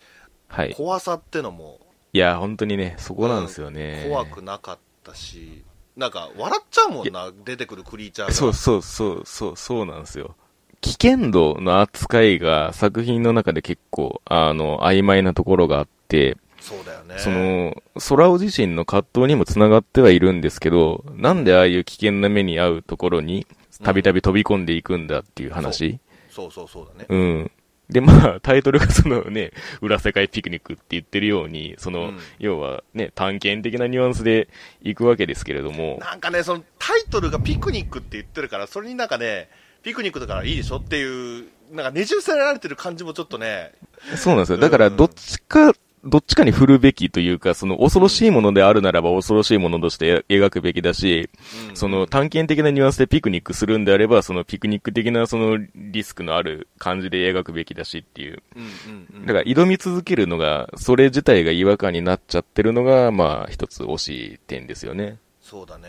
S1: はい。
S2: 怖さってのも
S1: いや、本当にね、そこなんですよね。
S2: 怖くなかったし、なんか笑っちゃうもんな、出てくるクリーチャーが。
S1: そうそうそうそう、そうなんですよ。危険度の扱いが作品の中で結構、あの、曖昧なところがあって、
S2: そうだよね。
S1: その、空尾自身の葛藤にもつながってはいるんですけど、なんでああいう危険な目に遭うところに、たびたび飛び込んでいくんだっていう話。
S2: そうそうそうだね。
S1: うん。で、まあ、タイトルがそのね、裏世界ピクニックって言ってるように、その、
S2: うん
S1: 要はね、探検的なニュアンスで行くわけですけれども、
S2: なんかね、そのタイトルがピクニックって言ってるから、それになんかね、ピクニックだからいいでしょっていう、なんかねじ伏せられてる感じもちょっとね、
S1: そうなんですよ。だから、どっちか、どっちかに振るべきというか、その恐ろしいものであるならば恐ろしいものとして描くべきだし、
S2: うん
S1: その探検的なニュアンスでピクニックするんであれば、そのピクニック的なそのリスクのある感じで描くべきだしっていう。
S2: うんうんうん
S1: だから挑み続けるのが、それ自体が違和感になっちゃってるのが、まあ一つ惜しい点ですよね。
S2: そうだ
S1: う
S2: ね。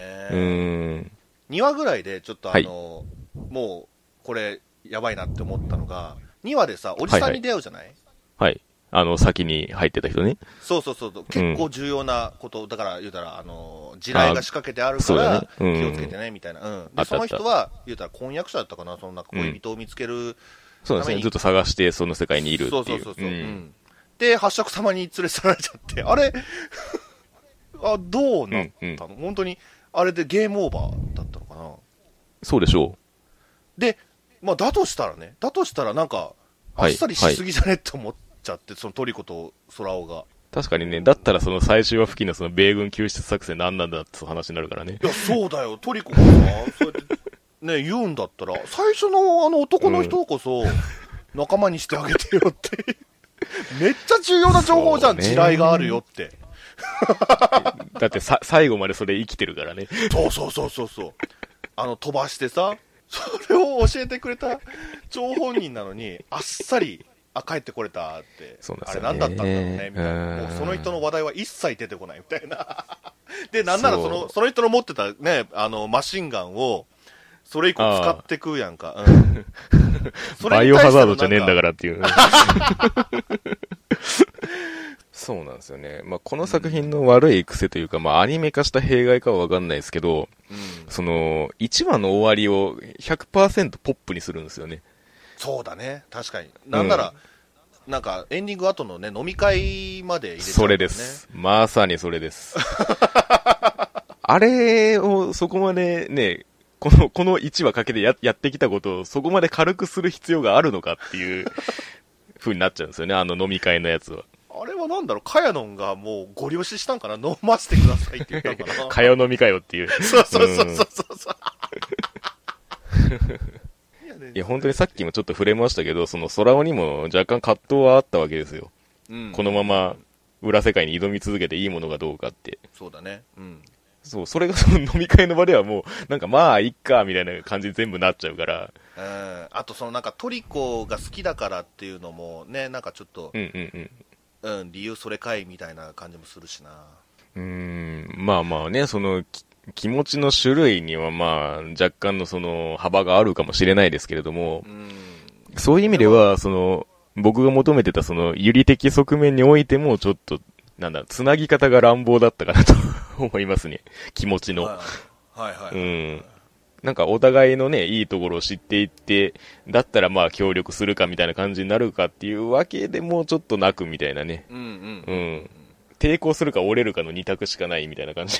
S1: ーん。
S2: 2話ぐらいでちょっとあの、もうこれやばいなって思ったのが2話でさおじさんに出会うじゃない、
S1: はい。あの、先に入ってた人ね。
S2: そうそうそうそう結構重要なこと、だから言うたらあの地雷が仕掛けてあるか
S1: あー
S2: ら
S1: そうだね
S2: 気
S1: うん
S2: をつけてねみたいな、うん
S1: あ
S2: で
S1: った
S2: その人は言うたら婚約者だったかなそのなんか恋人を見つける、
S1: そうなんですね。ずっと探して、その世界にいるってい。
S2: そううそうそうそう、うん
S1: ん
S2: で八尺様に連れ去られちゃってあれあどうなったの、本当にあれでゲームオーバーだったのかな
S1: そうでしょう。
S2: でまあ、だとしたらね、だとしたらなんか、あ
S1: は
S2: っ
S1: い
S2: さりしすぎじゃねって思っちゃって、そのトリコと空尾が。
S1: 確かにね、だったらその最終話付近のその米軍救出作戦何なんだって話になるからね <laughs>
S2: い。や、そうだよ、トリコがさ、そうやって、ね、言うん
S1: <laughs>
S2: だったら、最初のあの男の人こそ、仲間にしてあげてよって。めっちゃ重要な情報じゃん、
S1: そうね
S2: 地雷があるよって。
S1: だってさ、最後までそれ生きてるからね。
S2: そうそうそうそうそう。あの、飛ばしてさ、それを教えてくれた張本人なのに、あっさり、あ、帰ってこれたって。
S1: そうなんで
S2: あ
S1: す
S2: れ
S1: よね
S2: 何だったんだろうね、みたいな。
S1: うん
S2: もうその人の話題は一切出てこない、みたいな。で、なんならその、
S1: そ
S2: そうの人の持ってたね、あの、マシンガンを、それ以降使ってくやんか。うん、
S1: <laughs>
S2: そ
S1: バ
S2: れ
S1: イ
S2: に
S1: オハ
S2: 対し
S1: ザ
S2: て
S1: ー
S2: の
S1: ドじゃねえんだか
S2: なんか。
S1: らっていう。 <laughs> そうなんですよね。まあ、この作品の悪い癖というか、まあ、アニメ化した弊害かはわかんないですけど、
S2: うん
S1: その、1話の終わりを100%ポップにするんですよね。
S2: そうだね、確かに。なんなら、なんか、エンディング後のね、飲み会まで入れちゃう
S1: そ
S2: もんね
S1: れです。まさにそれです。 <laughs> あれをそこまでね、この、この1話かけてややってきたことをそこまで軽くする必要があるのかっていう <laughs> 風になっちゃうんですよね、あの飲み会のやつは。
S2: あれはなんだろう、かやのんがもうご了承したんかな飲ませてくださいって言ったんか
S1: か
S2: な。
S1: よ飲みかよっていう。
S2: そうそうそうそうそうそう。いや
S1: <laughs>
S2: ね
S1: いや、本当にさっきもちょっと触れましたけど、その空尾にも若干葛藤はあったわけですよ。
S2: うん
S1: このまま裏世界に挑み続けていいものかどうかって。
S2: そうだね。うん。
S1: そう、それがその飲み会の場ではもう、なんかまあ、いっか、みたいな感じに全部なっちゃうから。
S2: うんあと、そのなんかトリコが好きだからっていうのもね、なんかちょっと
S1: う、んうんうん。
S2: うん、理由それかいみたいな感じもするしな。
S1: うーん、まあまあね、その、き気持ちの種類にはまあ、若干のその、幅があるかもしれないですけれども
S2: う、ん。
S1: そういう意味では、その、僕が求めてたその、有利的側面においても、ちょっと、なんだ、つなぎ方が乱暴だったかなと <laughs> 思いますね。気持ちの。
S2: はいはいは
S1: う
S2: い。
S1: ん。なんかお互いのね、いいところを知っていって、だったらまあ協力するかみたいな感じになるかっていうわけでもちょっとなくみたいなね。
S2: うんう
S1: う
S2: ん。
S1: ん。抵抗するか折れるかの二択しかないみたいな感じ。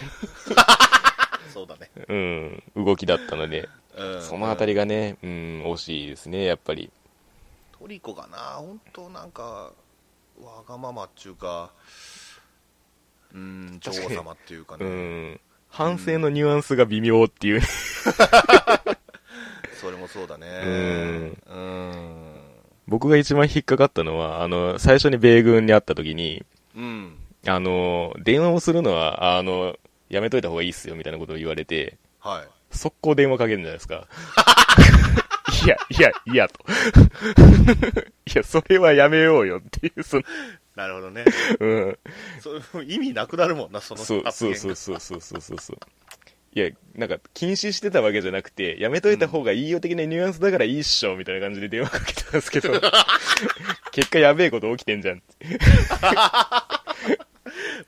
S2: そうだね。
S1: うん、動きだったので、
S2: うん。
S1: そのあたりがね、うん、惜しいですね、やっぱり。
S2: トリコがな、本当なんか、わがままっていうか、うーん、女王様っていうか
S1: う
S2: ね、
S1: ん、反省のニュアンスが微妙っていう。
S2: それもそうだね。うーん。
S1: <laughs> 僕が一番引っかかったのは、あの、最初に米軍に会った時に、
S2: うん。
S1: あの、電話をするのは、あの、やめといた方がいいっすよ、みたいなことを言われて、
S2: はい。
S1: 速攻電話かけるんじゃないです <laughs> か。いや、いや、いや、と。 <laughs> いや、それはやめようよっていう、その、
S2: なるほどね。
S1: うん。
S2: そう意味なくなるもんな、その
S1: そう
S2: 発
S1: そ
S2: 言
S1: う
S2: が
S1: そうそうそうそうそうそういやなんか禁止してたわけじゃなくてやめといた方がいいよ的なニュアンスだからいいっしょみたいな感じで電話かけたんですけど <laughs> 結果やべえこと起きてんじゃんって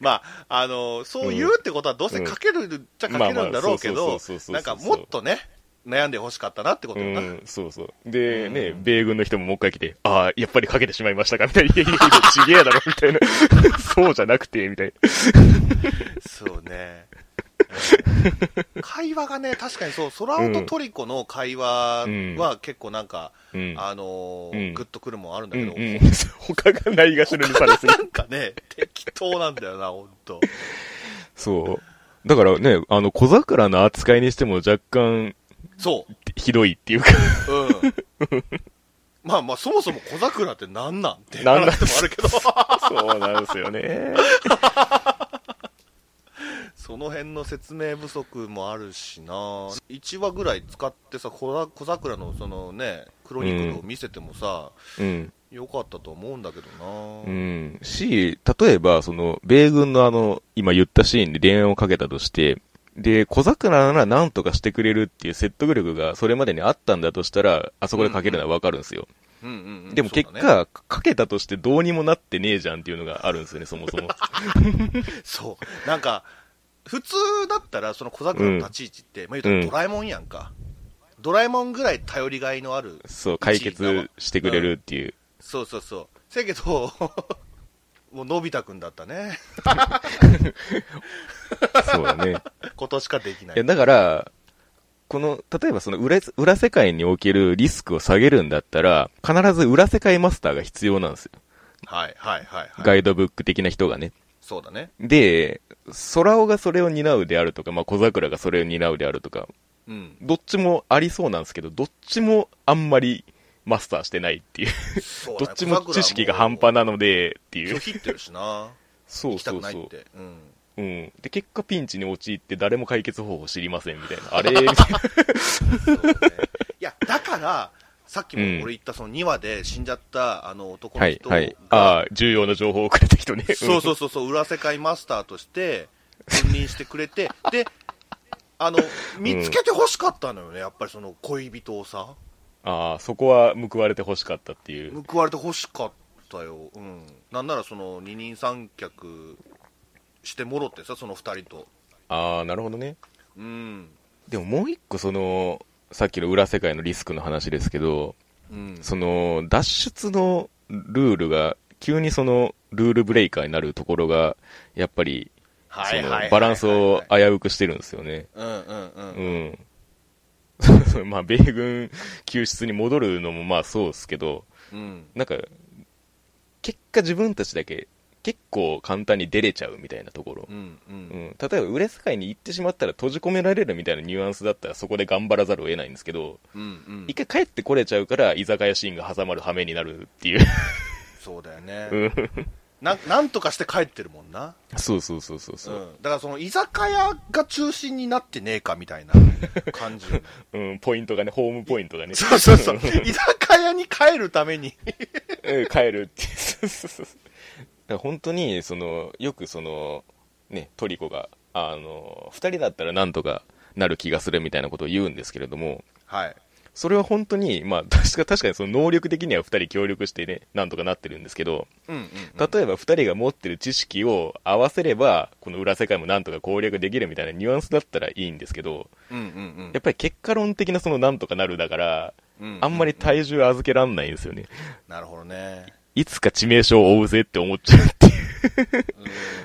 S2: まあ、あの、そう言うってことはどうせかけるっちゃかけるんだろうけ
S1: まあまあそうそう
S2: ど
S1: そうそうそう、
S2: なんかもっとね、悩んでほしかったなってこ
S1: う
S2: とだな。
S1: んそうそうで
S2: うん
S1: ね米軍の人ももう一回来てああやっぱりかけてしまいましたかみたいな「いやいやいやちげえだろ」みたいな <laughs> 「そうじゃなくて」みたいな
S2: そうね。うん会話がね、確かにそう、空尾とトリコの会話は結構なんか、
S1: うん
S2: あの
S1: うん
S2: ー、グッとくるもんあるんだ
S1: う
S2: け
S1: ん
S2: ど、
S1: うん <laughs> 他がないがしろにさ
S2: <laughs>
S1: れすぎ
S2: なんかね、適当なんだよな、ほんと。
S1: そうだからねあの小桜の扱いにしても若干
S2: そう。
S1: ひどいって
S2: <laughs>
S1: いうか
S2: うん。まあまあ、そもそも小桜ってなんなんって
S1: なんなん
S2: 話もあるけど、
S1: そうなんですよね
S2: <laughs> その辺の説明不足もあるしな1話ぐらい使ってさ、小ざ小桜のそのね、クロニクルを見せてもさ、
S1: うん
S2: よかったと思うんだけど
S1: う。
S2: なん
S1: し、例えば、その、米軍のあの、今言ったシーンで電話をかけたとして、で、小桜なら何とかしてくれるっていう説得力がそれまでにあったんだとしたら、あそこでかけるのはわかるんですよ。
S2: うんうんうん
S1: でも結
S2: そうだね
S1: 果、かけたとしてどうにもなってねえじゃんっていうのがあるんですよね、そも
S2: <laughs>
S1: そも。
S2: そう。なんか、普通だったら、その小桜の立ち位置って、まあ言うとドラえもんやんか。ドラえもんぐらい頼りがいのある
S1: そう、解決してくれるっていう。
S2: そうそうそう。せやけど、 <laughs> もうのび太くんだったね。 <laughs>
S1: そうだね。
S2: ことしかできない
S1: や、
S2: い。
S1: だから、この、例えばその裏、裏世界におけるリスクを下げるんだったら、必ず裏世界マスターが必要なんですよ。
S2: はいはいはいはい。
S1: ガイドブック的な人がね。
S2: そうだね。
S1: で、空尾がそれを担うであるとか、まあ、小桜がそれを担うであるとか、
S2: うん。
S1: どっちもありそうなんですけど、どっちもあんまりマスターしてないっていう。
S2: そうだ
S1: <laughs> ど
S2: ね
S1: っちも知識が半端
S2: な
S1: なので、ってい
S2: 拒
S1: う。
S2: 否ってるしな。
S1: そ
S2: 行
S1: う
S2: きた
S1: そ
S2: く
S1: う
S2: ない
S1: そ
S2: っ
S1: う。
S2: て。うん。
S1: うん。で、結果ピンチに陥って誰も解決方法知りませんみたいな。あ
S2: <laughs>
S1: れみたいな。
S2: そうだねいや、だから、さっきも
S1: うん
S2: 俺言ったその2話で死んじゃったあの男
S1: は
S2: の
S1: い、
S2: 人が、
S1: はい。ああ、重要な情報をくれた人ね。
S2: <laughs> そうそうそうそう、裏世界マスターとして、君臨してくれ <laughs> て、で、あの、見つけて欲しかったのよね、やっぱりその恋人をさ、
S1: <laughs> ああ、そこは報われて欲しかったっていう。
S2: 報われて欲しかったよ。うん。なんならその二人三脚してもろってさ、その2人と。
S1: ああ、なるほどね。
S2: うん。
S1: でももう一個その、さっきの裏世界のリスクの話ですけど、
S2: うん。
S1: その、脱出のルールが、急にその、ルールブレイカーになるところが、やっぱり、
S2: は
S1: そ
S2: いはいはいはい
S1: の、バランスを危うくしてるんですよね。
S2: うんうんうん。
S1: うん。 <laughs> まあ、米軍救出に戻るのもまあそうですけど、
S2: うん。
S1: なんか、結果自分たちだけ結構簡単に出れちゃうみたいなところ
S2: う。んう。
S1: うんん、例えば、裏世界に行ってしまったら閉じ込められるみたいなニュアンスだったらそこで頑張らざるを得ないんですけど、
S2: うんうん
S1: 一。回帰ってこれちゃうから居酒屋シーンが挟まる羽目になるっていう。
S2: そうだよ
S1: う
S2: ね。
S1: ん
S2: ななんとかして帰ってるもんな。
S1: そうそうそうそうそうう、
S2: ん。だからその居酒屋が中心になってねえかみたいな感じよね。
S1: うん。ポイントがね、ホームポイントがね、
S2: <laughs> そうそうそう。居酒屋に帰るために。
S1: <laughs> うん帰るっていう。そうそうそうだから本当に、その、よくその、ね、トリコが、あの、二人だったらなんとかなる気がするみたいなことを言うんですけれども、
S2: はい。
S1: それは本当に、まあ、 <laughs> 確か確かにその能力的には二人協力してね、なんとかなってるんですけど、
S2: うんうん、うん。
S1: 例えば2人が持ってる知識を合わせればこの裏世界もなんとか攻略できるみたいなニュアンスだったらいいんですけど
S2: うんうん
S1: やっぱり結果論的なそのなんとかなるだから
S2: うん。
S1: あんまり体重預けらんないんですよね
S2: なるほどね。
S1: いつか致命傷を負うぜって思っちゃうっていう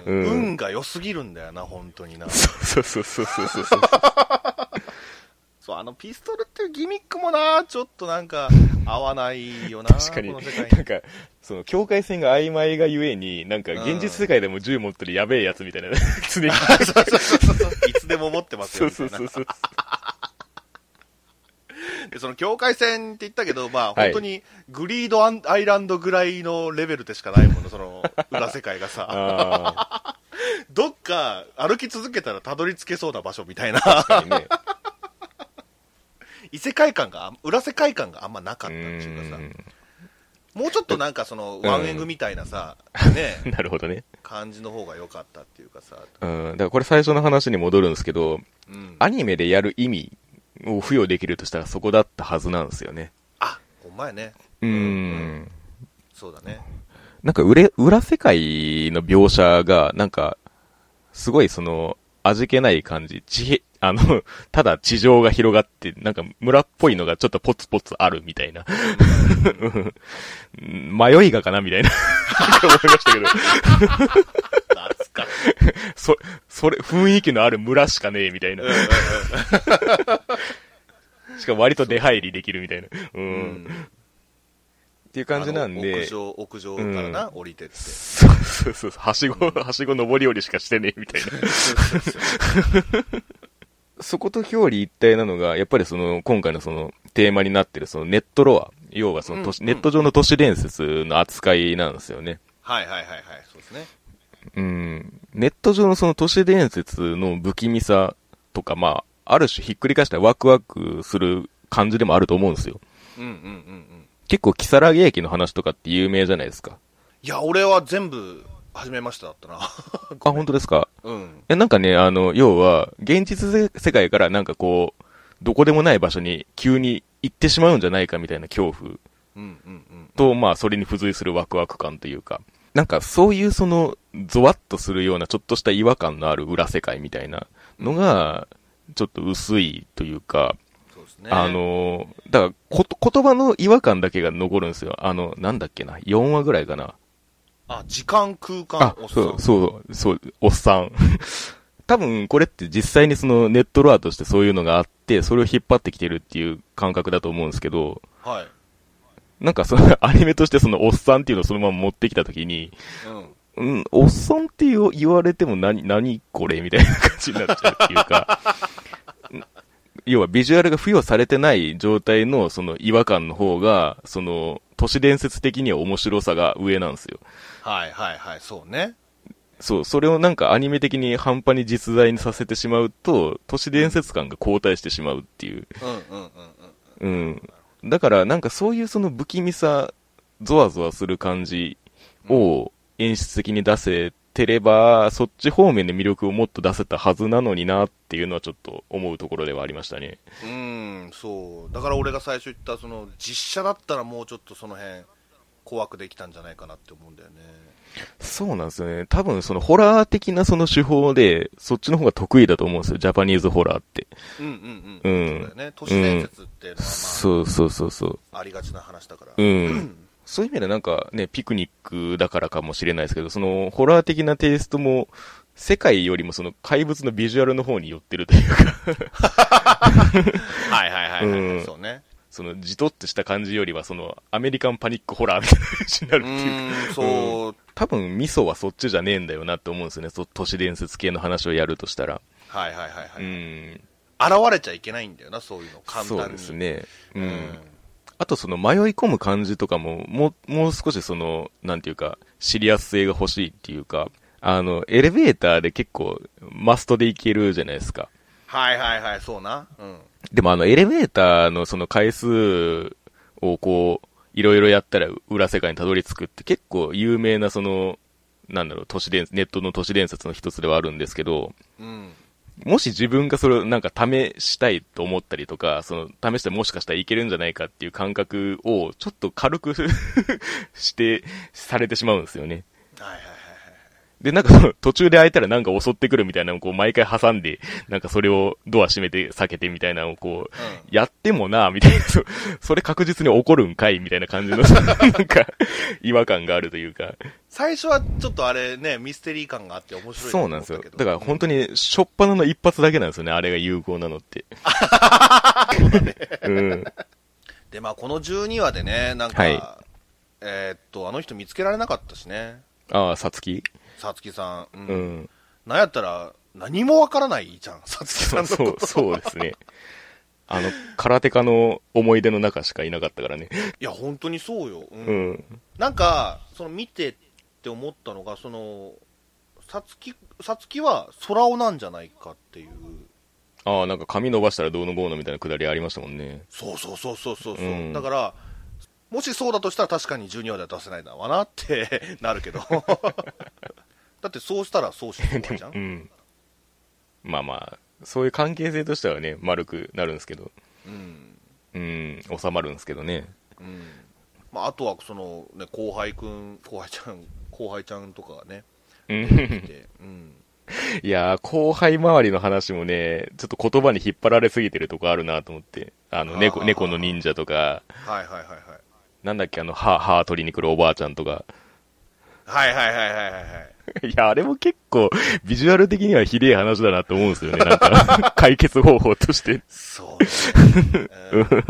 S2: うん
S1: うん
S2: 運が良すぎるんだよな、本当にな。
S1: そうそうそうそうそうそう
S2: そう、あのピストルっていうギミックもな、ちょっとなんか合わないよな、
S1: <laughs> 確かに
S2: こ
S1: な
S2: の世界に
S1: ん。かその境界線が曖昧がゆえになんか現実世界でも銃持ってるやべえやつみたいな常に
S2: <laughs> そうそうそうそう。いつでも持ってます
S1: そ
S2: よ
S1: う
S2: みた
S1: そ
S2: いうな。
S1: そうそう
S2: でその境界線って言ったけど、まあ
S1: はい
S2: 本当にグリードアンアイランドぐらいのレベルでしかないもの、その裏世界が <laughs> さ。
S1: ああ
S2: どっか歩き続けたらたどり着けそうな場所みたいな。
S1: 確かにね
S2: 異世界感があん、裏世界感があんまなかった
S1: う
S2: っていうか
S1: ー。
S2: さ
S1: ん
S2: もうちょっとなんかその
S1: ん
S2: ワンエングみたいなさ、ね、
S1: <laughs> なるほどね
S2: 感じの方が良かったっていうかさ、
S1: うんだからこれ最初の話に戻るんですけど
S2: うん、
S1: アニメでやる意味を付与できるとしたらそこだったはずなんですよね。
S2: あほんまやね、
S1: うー
S2: ん
S1: ん。
S2: そうだね、
S1: なんか裏、裏世界の描写が、なんか、すごいその、味気ない感じ。地平、あの、 <laughs> ただ地上が広がって、なんか村っぽいのがちょっとポツポツあるみたいな。 <laughs> うん迷いがかなみたいな。思いましたけど。
S2: 懐かしい、
S1: そ、それ、雰囲気のある村しかねえみたいな。しかも割と出入りできるみたいな。うん。
S2: うん、
S1: っていう感じなん
S2: あの
S1: で
S2: 屋。上、屋上からな、降りてって、
S1: そうそうそうそう、はしご、はしご登り降りしかしてねえみたいな。 <laughs> そこと表裏一体なのが、やっぱりその、今回のその、テーマになってるそのネットロア。要はその都市、
S2: うん
S1: ネット上の都市伝説の扱いなんですよね。
S2: はいはいはいはい、そうですね、
S1: うん。ネット上のその都市伝説の不気味さとか、まあ、ある種ひっくり返したらワクワクする感じでもあると思うんですよ。
S2: うんうんうんうん、
S1: 結構、キサラゲ駅の話とかって有名じゃないですか。
S2: いや、俺は全部始めましただったな、
S1: あ、
S2: <laughs>
S1: 本当ですか
S2: うん、
S1: え、なんかね、あの、要は、現実せ世界からなんかこう、どこでもない場所に急に行ってしまうんじゃないかみたいな恐怖
S2: うんうんうん、
S1: と、まあ、それに付随するワクワク感というか、なんかそういうその、ゾワッとするようなちょっとした違和感のある裏世界みたいなのが、ちょっと薄いというか、
S2: そうですね、
S1: あの、だからこと、言葉の違和感だけが残るんですよ。あの、なんだっけな、4話ぐらいかな。
S2: あ時間、空間
S1: あ、
S2: おっさん
S1: そう、そう、そう、おっさん。 <laughs> 多分これって実際にそのネットロアとしてそういうのがあって、それを引っ張ってきてるっていう感覚だと思うんですけど、
S2: はい。
S1: なんかその <laughs> アニメとしてそのおっさんっていうのをそのまま持ってきたときに、
S2: うん。
S1: うん、おっさんって言う言われても何、何これみたいな感じになっちゃうっていうか、 <laughs> 要はビジュアルが付与されてない状態のその違和感の方が、その都市伝説的には面白さが上なんですよ。
S2: はいはいはい、そうね。
S1: そう、それをなんかアニメ的に半端に実在にさせてしまうと、都市伝説感が後退してしまうっていう。
S2: うんうんうんうん。
S1: うん。だからなんかそういうその不気味さ、ゾワゾワする感じを演出的に出せてれば、そっち方面で魅力をもっと出せたはずなのになっていうのはちょっと思うところではありましたね。
S2: うーん、そう。だから俺が最初言った、その、実写だったらもうちょっとその辺、怖くできたんじゃないかなって思うんだよね。
S1: そうなんですよね。多分そのホラー的なその手法で、そっちの方が得意だと思うんですよ。ジャパニーズホラーって。
S2: うんうん
S1: う
S2: うんん。そうだよね。都市伝説っていうのは、
S1: そうそうそうそう。
S2: まあ、ありがちな話だから。
S1: うん。そういう意味でなんかね、ピクニックだからかもしれないですけど、そのホラー的なテイストも、世界よりもその怪物のビジュアルの方に寄ってるというか、 <laughs>
S2: はいはいはいはい、
S1: うん
S2: そうね。
S1: そのじとっとした感じよりは、そのアメリカンパニックホラーみたいな感じにな
S2: う
S1: るっていうか、
S2: ーん、そう。
S1: 多分ミソはそっちじゃねえんだよなって思うんですよね、そ都市伝説系の話をやるとしたら。
S2: はいはいはいは
S1: う
S2: い。
S1: ん。
S2: 現れちゃいけないんだよな、そういうの。簡単に。
S1: そうですね。う
S2: うん
S1: ん。あとその迷い込む感じとかも、もう、もう少しその、なんていうか、シリアス性が欲しいっていうか、あの、エレベーターで結構、マストでいけるじゃないですか。
S2: はいはいはい、そうな。うん。
S1: でもあの、エレベーターのその回数をこう、いろいろやったら裏世界にたどり着くって結構有名なその、なんだろう、都市伝説、ネットの都市伝説の一つではあるんですけど、
S2: うん。
S1: もし自分がそれをなんか試したいと思ったりとか、その試してもしかしたらいけるんじゃないかっていう感覚をちょっと軽く <laughs> して、されてしまうんですよね。
S2: はいはいはい。
S1: で、なんかその途中で開いたらなんか襲ってくるみたいなのをこう毎回挟んで、なんかそれをドア閉めて避けてみたいなのをこう、
S2: うん
S1: やってもなぁみたいな、そそれ確実に起こるんかいみたいな
S2: <laughs>
S1: 感じの、そのなんか、違和感があるというか。
S2: 最初はちょっとあれね、ミステリー感があって面白い
S1: そうなんですよ。だから本当
S2: に。
S1: に、しょっぱなの一発だけなんですよね、あれが有効なの
S2: <laughs>
S1: って。うん。
S2: で、まあこの12話でね、なんか、
S1: はい
S2: えーっと、あの人見つけられなかったしね、
S1: ああ、さつき
S2: さつきさん。うん。
S1: うん。
S2: なんやったら、何もわからないじゃ
S1: <laughs>
S2: ん、さつきさんの
S1: そ
S2: こ
S1: う、
S2: と。
S1: そうですね。あの、空手家の思い出の中しかいなかったからね。
S2: いや、本当にそうよ。うん
S1: うん。
S2: なんか、その見てって思ったのが、その、さつき、さつきは空男なんじゃないかっていう。
S1: ああ、なんか髪伸ばしたらどうのこうのみたいなくだりありましたもんね。
S2: そうそうそうそうそう。う
S1: うん
S2: だから、もしそうだとしたら確かに12話では出せないだわなって
S1: <laughs>
S2: なるけど。だってそうしたらそうしないじゃん
S1: <laughs> う。ん。まあまあ、そういう関係性としてはね、丸くなるんですけど。
S2: うん。
S1: うん、収まるんですけどね。
S2: うん。まあ、あとは、その、ね、後輩くん、後輩ちゃん、後輩ちゃんとか
S1: <laughs>
S2: がね、
S1: うん
S2: いて、うん。
S1: いやー、後輩周りの話もね、ちょっと言葉に引っ張られすぎてるとこあるなと思って。あの、猫、
S2: あー
S1: 猫の忍者とか、
S2: はいはいはいはい。
S1: なんだっけ、あの、歯、歯取りに来るおばあちゃんとか。 <laughs>
S2: はいはいはいはいはいはい。
S1: いや、あれも結構、ビジュアル的にはひでえ話だなって思うんですよね。なんか、解決方法として。
S2: そうね。うん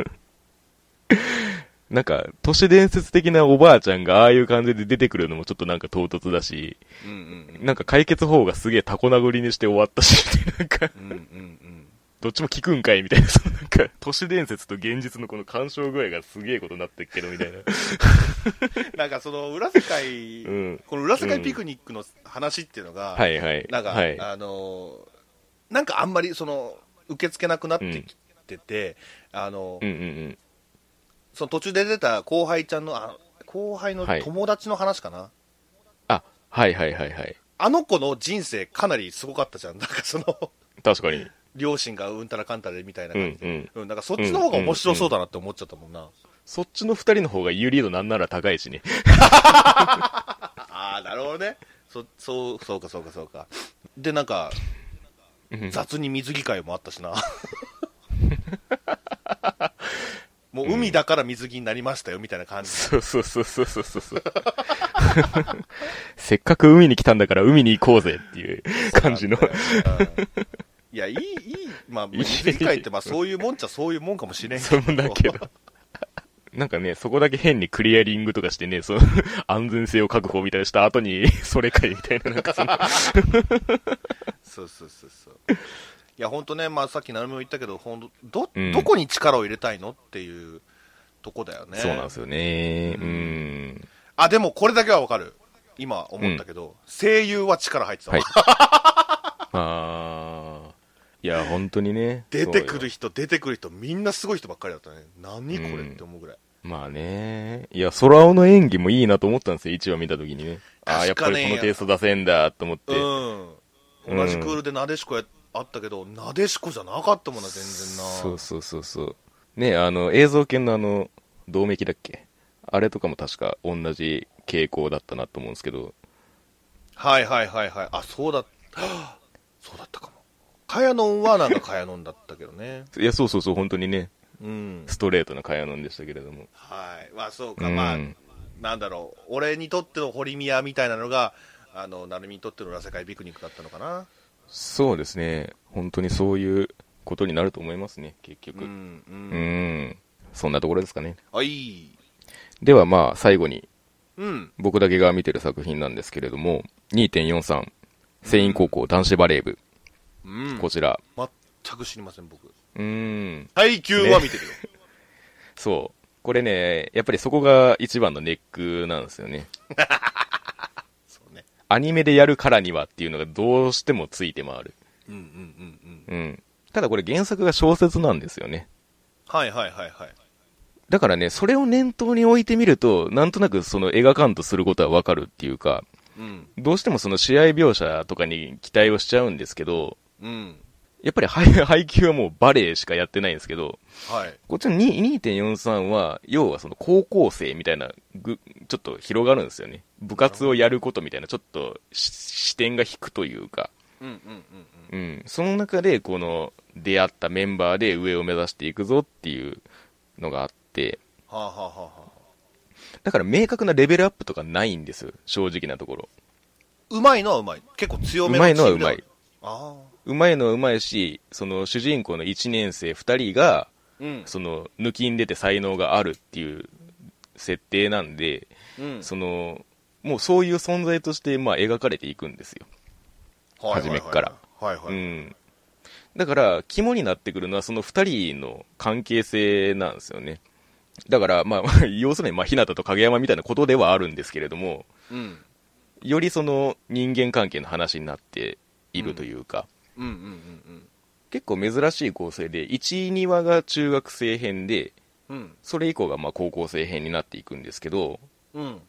S1: なんか、都市伝説的なおばあちゃんがああいう感じで出てくるのもちょっとなんか唐突だし、
S2: うんうん
S1: なんか解決方法がすげえタコ殴りにして終わったし、 <laughs> なんか、
S2: うんうんうん
S1: どっちも聞くんかいみたいな、そのなんか、都市伝説と現実のこの干渉具合がすげえことになってっけど、みたいな。
S2: うんなんかその裏世界、
S1: うん
S2: この裏世界ピクニックの話っていうのが、
S1: はいはい。
S2: なんか、
S1: はい。
S2: あのーなんかあんまりその受け付けなくなってきてて、あの
S1: うんうんうん。
S2: その途中で出た後輩ちゃんのあ後輩の
S1: はい
S2: 友達の話かな、
S1: あ、はいはいはいはい。
S2: あの子の人生かなりすごかったじゃんなん <laughs> か
S1: <laughs>
S2: その
S1: 確かに。
S2: 両親がうんたらかんたらでみたいな感じで、
S1: う
S2: うんん
S1: うん
S2: なんかそっちの方が面白そうだなって思っちゃったもんな、
S1: そっちの二人の方が有利度なんなら高いし <laughs> ね。
S2: ああなるほどねそそうそうかそうかそうかでなんか雑に水着会もあっ
S1: <laughs>
S2: たしなもう海だから水着になりましたよみたいな感じ、
S1: そうそうそうそうそうそう。 <laughs> せっかく海に来たんだから海に行こうぜっていう感じの。
S2: うんいや、いい、いい、まあ、まあ理解って、まあ、そういうもんちゃそういうもんかもしれんけ
S1: そ
S2: ど。
S1: うだけ <laughs> ど。なんかね、そこだけ変にクリアリングとかしてね、その、 <laughs> 安全性を確保みたいなした後に、 <laughs> それかいみたいな、なんか <laughs> その、
S2: そうそうそうそう。いや、本当ね、まあ、さっき成美も言ったけど、ほんと
S1: う
S2: ど、
S1: ん
S2: どこに力を入れたいのっていうとこだよね。
S1: そうなんですよね。 <laughs> うん。
S2: あ、でもこれだけはわかる。今思ったけど、声優は力入ってたわ、
S1: はいあー。いや、本当にね。
S2: 出てく
S1: そ
S2: る
S1: うよ
S2: 人、出てくる人、みんなすごい人ばっかりだったね。何これ
S1: うん
S2: って思うぐらい。
S1: まあね。いや、空尾の演技もいいなと思ったんですよ、1話見たときにね。ああ、やっ
S2: 確か
S1: ぱ
S2: ね
S1: りこのテイスト出せんだ、と思って。
S2: うん。同じクールでなでしこや、あったけど、なでしこじゃなかったもんな、全然な。
S1: そうそうそうそう。ねあの、映像研のあの、同盟記だっけあれとかも確か同じ傾向だったなと思うんですけど、
S2: はいはいはいはい。あ、そうだ、はあ <gasps> そうだったかも。カヤノンはなんかカヤノンだったけどね。
S1: いや、そうそうそう、本当にね、
S2: うん。
S1: ストレートな会話なんでしたけれども。
S2: はい。まあそうか、
S1: うん
S2: まあ、なんだろう。俺にとっての堀宮みたいなのが、あの、成美にとっての裏世界ピクニックだったのかな。
S1: そうですね、本当にそういうことになると思いますね、結
S2: う
S1: 局。うん、
S2: ん、うん。
S1: そんなところですかね。
S2: あ、いい。
S1: ではまあ、最後に、
S2: うん。
S1: 僕だけが見てる作品なんですけれども、2.43、船員高校男子バレー部、
S2: うん。
S1: こちら。
S2: 全く知りません、僕。
S1: うん、
S2: 耐久は見てるよ。
S1: そう。これね、やっぱりそこが一番のネックなんですよね。
S2: そう
S1: <laughs>
S2: ね。
S1: アニメでやるからにはっていうのがどうしてもついて回る。
S2: うんうんうんうん。
S1: うん。ただこれ原作が小説なんですよね。
S2: はいはいはいはい。
S1: だからね、それを念頭に置いてみると、なんとなくその映画館とすることはわかるっていうか、
S2: うん。
S1: どうしてもその試合描写とかに期待をしちゃうんですけど、
S2: うん。
S1: やっぱり配 <laughs> 配球はもうバレエしかやってないんですけど、
S2: はい。
S1: こっちの2 2.43は、要はその高校生みたいなぐ、ちょっと広がるんですよね。部活をやることみたいな、ちょっとし視点が引くというか、
S2: うんうんうん
S1: うん。その中で、この出会ったメンバーで上を目指していくぞっていうのがあって、
S2: うん。はあはあはあはあ。
S1: だから明確なレベルアップとかないんですよ、正直なところ。
S2: うまいのはうまい。結構強め
S1: うまい
S2: チ
S1: のは
S2: ーム
S1: う
S2: では
S1: ま
S2: あ
S1: い
S2: る。あ
S1: うまいのはうまいし、その主人公の1年生2人が、
S2: あ。うん。
S1: その抜きん出て才能があるっていう設定なんで、
S2: うん
S1: その、もうそういう存在として、まあ、描かれていくんですよ。初めっから。
S2: はいは
S1: う
S2: い。
S1: ん。だから、肝になってくるのは、その二人の関係性なんですよね。だから、まあ、 <laughs> 要するに、まあ、日向と影山みたいなことではあるんですけれども、
S2: うん。
S1: よりその人間関係の話になっているというか、
S2: うんうんうん
S1: 結構珍しい構成で、1、2話が中学生編で、
S2: うん。うん。
S1: それ以降がまあ高校生編になっていくんですけど、
S2: うん。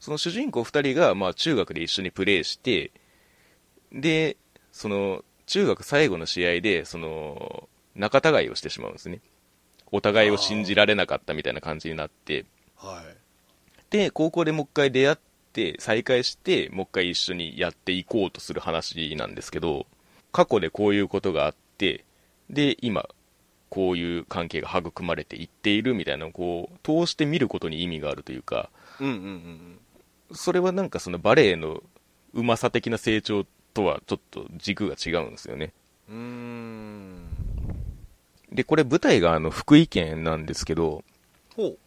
S1: その主人公2人がまあ中学で一緒にプレーして、で、その中学最後の試合で、その仲違いをしてしまうんですね。お互いを信じられなかったみたいな感じになって、
S2: はい。
S1: で、高校でもう一回出会って、再会して、もう一回一緒にやっていこうとする話なんですけど、過去でこういうことがあって、で、今、こういう関係が育まれていっているみたいなのをこう、通して見ることに意味があるというか、
S2: うんうんうん
S1: それはなんかそのバレエのうまさ的な成長とはちょっと軸が違うんですよね。
S2: うん。うーん。
S1: で、これ舞台があの福井県なんですけど、
S2: ほう。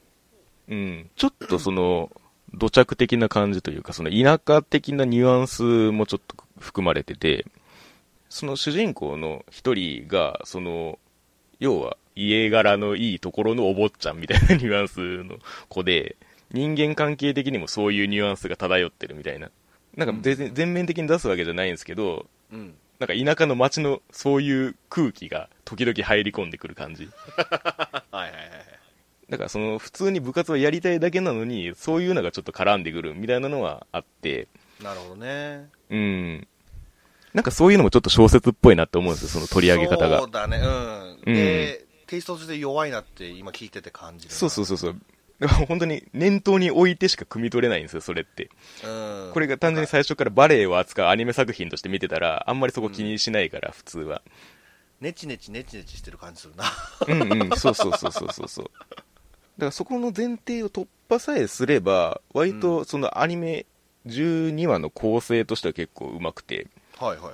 S1: うん、ちょっとその土着的な感じというか、その田舎的なニュアンスもちょっと含まれてて、その主人公の一人が、その、要は家柄のいいところのお坊ちゃんみたいなニュアンスの子で、人間関係的にもそういうニュアンスが漂ってるみたいな。なんか全然全面的に出すわけじゃないんですけど、
S2: うん。
S1: なんか田舎の街のそういう空気が時々入り込んでくる感じ。
S2: はいはいはいはい。
S1: だからその普通に部活をやりたいだけなのに、そういうのがちょっと絡んでくるみたいなのはあって、
S2: なるほどね。
S1: うん。なんかそういうのもちょっと小説っぽいなって思うんですよ、その取り上げ方が
S2: そう。だね。うん。で、テイストとして弱いなって今聞いてて感じるな。
S1: そうそうそうそう。だから本当に念頭に置いてしか汲み取れないんですよ、それって。
S2: うん。
S1: これが単純に最初からバレエを扱うアニメ作品として見てたら、あんまりそこ気にしないから、普通は。 <laughs>
S2: ネチネチネチネチしてる感じするな。
S1: うんうん、そうそうそうそうそうそう。からそこの前提を突破さえすれば、割
S2: う
S1: とそのアニメ12話の構成としては結構うまくて、
S2: はいはいはいは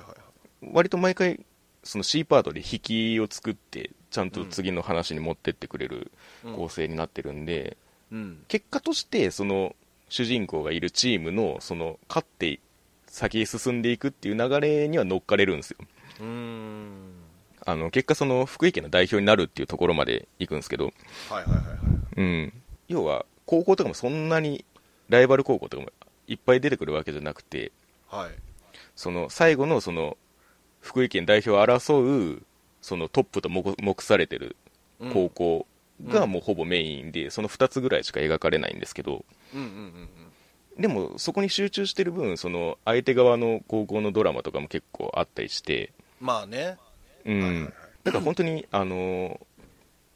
S2: い
S1: 割と毎回、その C パートで引きを作って、ちゃんと次の話に持ってってくれる
S2: うん
S1: 構成になってるんで、
S2: うん
S1: 結果としてその主人公がいるチームのその勝って先へ進んでいくっていう流れには乗っかれるんですよ
S2: うーん
S1: あの結果その福井県の代表になるっていうところまで行くんですけど、
S2: はいはいはいはい
S1: うん、要は高校とかもそんなにライバル高校とかもいっぱい出てくるわけじゃなくて
S2: はい
S1: その最後のその福井県代表を争うそのトップと目目されてる
S2: うん
S1: 高校
S2: う
S1: が
S2: ん
S1: もうほぼメインで、その2つぐらいしか描かれないんですけど、
S2: うんうんうんうん
S1: でもそこに集中してる分その相手側の高校のドラマとかも結構あったりして、
S2: まあね
S1: う
S2: はいはいはい
S1: ん、だから本当にあのー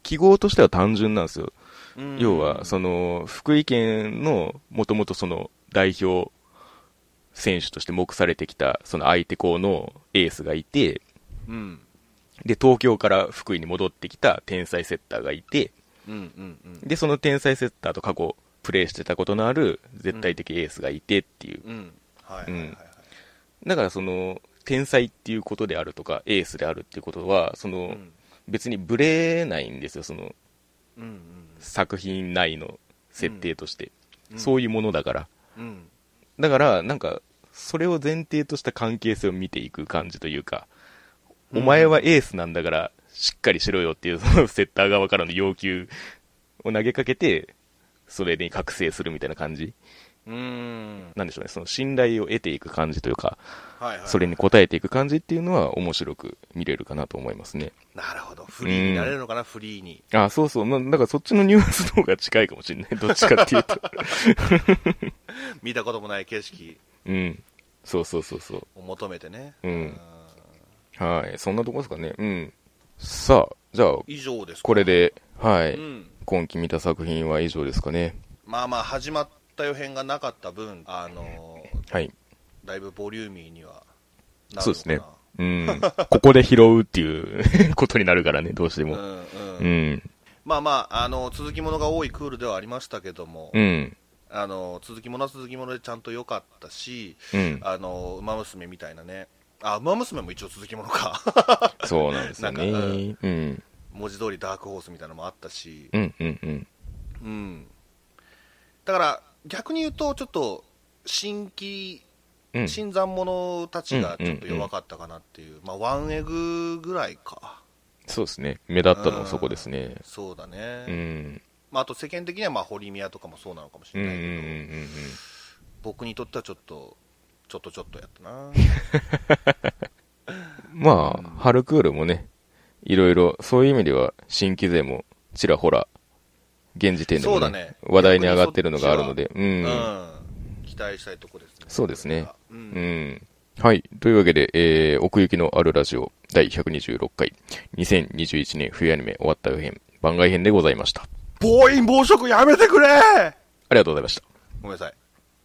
S1: 記号としては単純なんですよ、
S2: うん
S1: 要はその福井県のもともとその代表選手として目されてきたその相手校のエースがいて
S2: うん
S1: で東京から福井に戻ってきた天才セッターがいて
S2: うんうんうん
S1: でその天才セッターと過去プレーしてたことのある絶対的エースがいてっていう
S2: うんはいはいはいはい
S1: だからその天才っていうことであるとかエースであるっていうことはその、
S2: うん
S1: 別にブレないんですよその
S2: うん
S1: 作品内の設定として、
S2: うん
S1: そういうものだから
S2: うんうん
S1: だからなんかそれを前提とした関係性を見ていく感じというか、お前はエースなんだからしっかりしろよっていうそのセッター側からの要求を投げかけてそれに覚醒するみたいな感じ
S2: うーん
S1: なんでしょうねその信頼を得ていく感じというか
S2: はいはい
S1: それに応えていく感じっていうのは面白く見れるかなと思いますね。
S2: なるほどフリーになれるのかなフリーに
S1: あそうそう。まあだからそっちのニュアンスの方が近いかもしれない。どっちかっていう
S2: <laughs>
S1: と。
S2: 見たこともない景色
S1: うん。そうそうそうそう。
S2: を求めてね
S1: うん
S2: あ
S1: はい。そんなとこですかね。うん。さあ、じゃあ
S2: ー、以上ですか
S1: これで、は
S2: う
S1: い。
S2: ん
S1: 今期見た作品は以上ですかね。
S2: まあまあ始まった予変がなかった分あのー
S1: はい。
S2: だいぶボリューミーにはなるのかな
S1: そうですね。
S2: <laughs>
S1: うん。ここで拾うっていう <laughs> ことになるからね、どうして
S2: う
S1: も。
S2: んうん
S1: うん。
S2: まあまああの続きものが多いクールではありましたけども、
S1: うん。
S2: あの続きものは続きものでちゃんと良かったし
S1: うん。
S2: あの馬娘みたいなねあ馬娘も一応続きものか <laughs>
S1: そうなんですよね。う。
S2: なんかうん
S1: うん。
S2: 文字通りダークホースみたいなのもあったし、
S1: うん。うん。
S2: うん、だから逆に言うとちょっと新規
S1: うん。
S2: 新参者たちがちょっと弱かったかなっていう、まあ、ワンエグぐらいか
S1: そうですね。目立ったのはそこですね。
S2: そうだ
S1: う
S2: ね、
S1: ん。
S2: まあ、あと世間的にはまあ堀宮とかもそうなのかもし
S1: うん
S2: れ
S1: うんう
S2: ない
S1: ん
S2: けど、
S1: うん
S2: 僕にとってはちょっとちょっとちょっとやったな
S1: うん。まあ、春クールもね、いろいろ、そういう意味では、新規勢もちらほら、現時点で
S2: そう
S1: も
S2: だ
S1: ね、
S2: ね
S1: 話題に上がってるのがあるので、う、
S2: うんん期待したいとこですね
S1: そうですね
S2: う
S1: うんん。はい。というわけで、えー、奥行きのあるラジオ、第126回、2021年冬アニメ終わった予編、番外編でございました。あ
S2: 暴飲暴食やめてくれ
S1: りがとうございました。
S2: ごめんなさい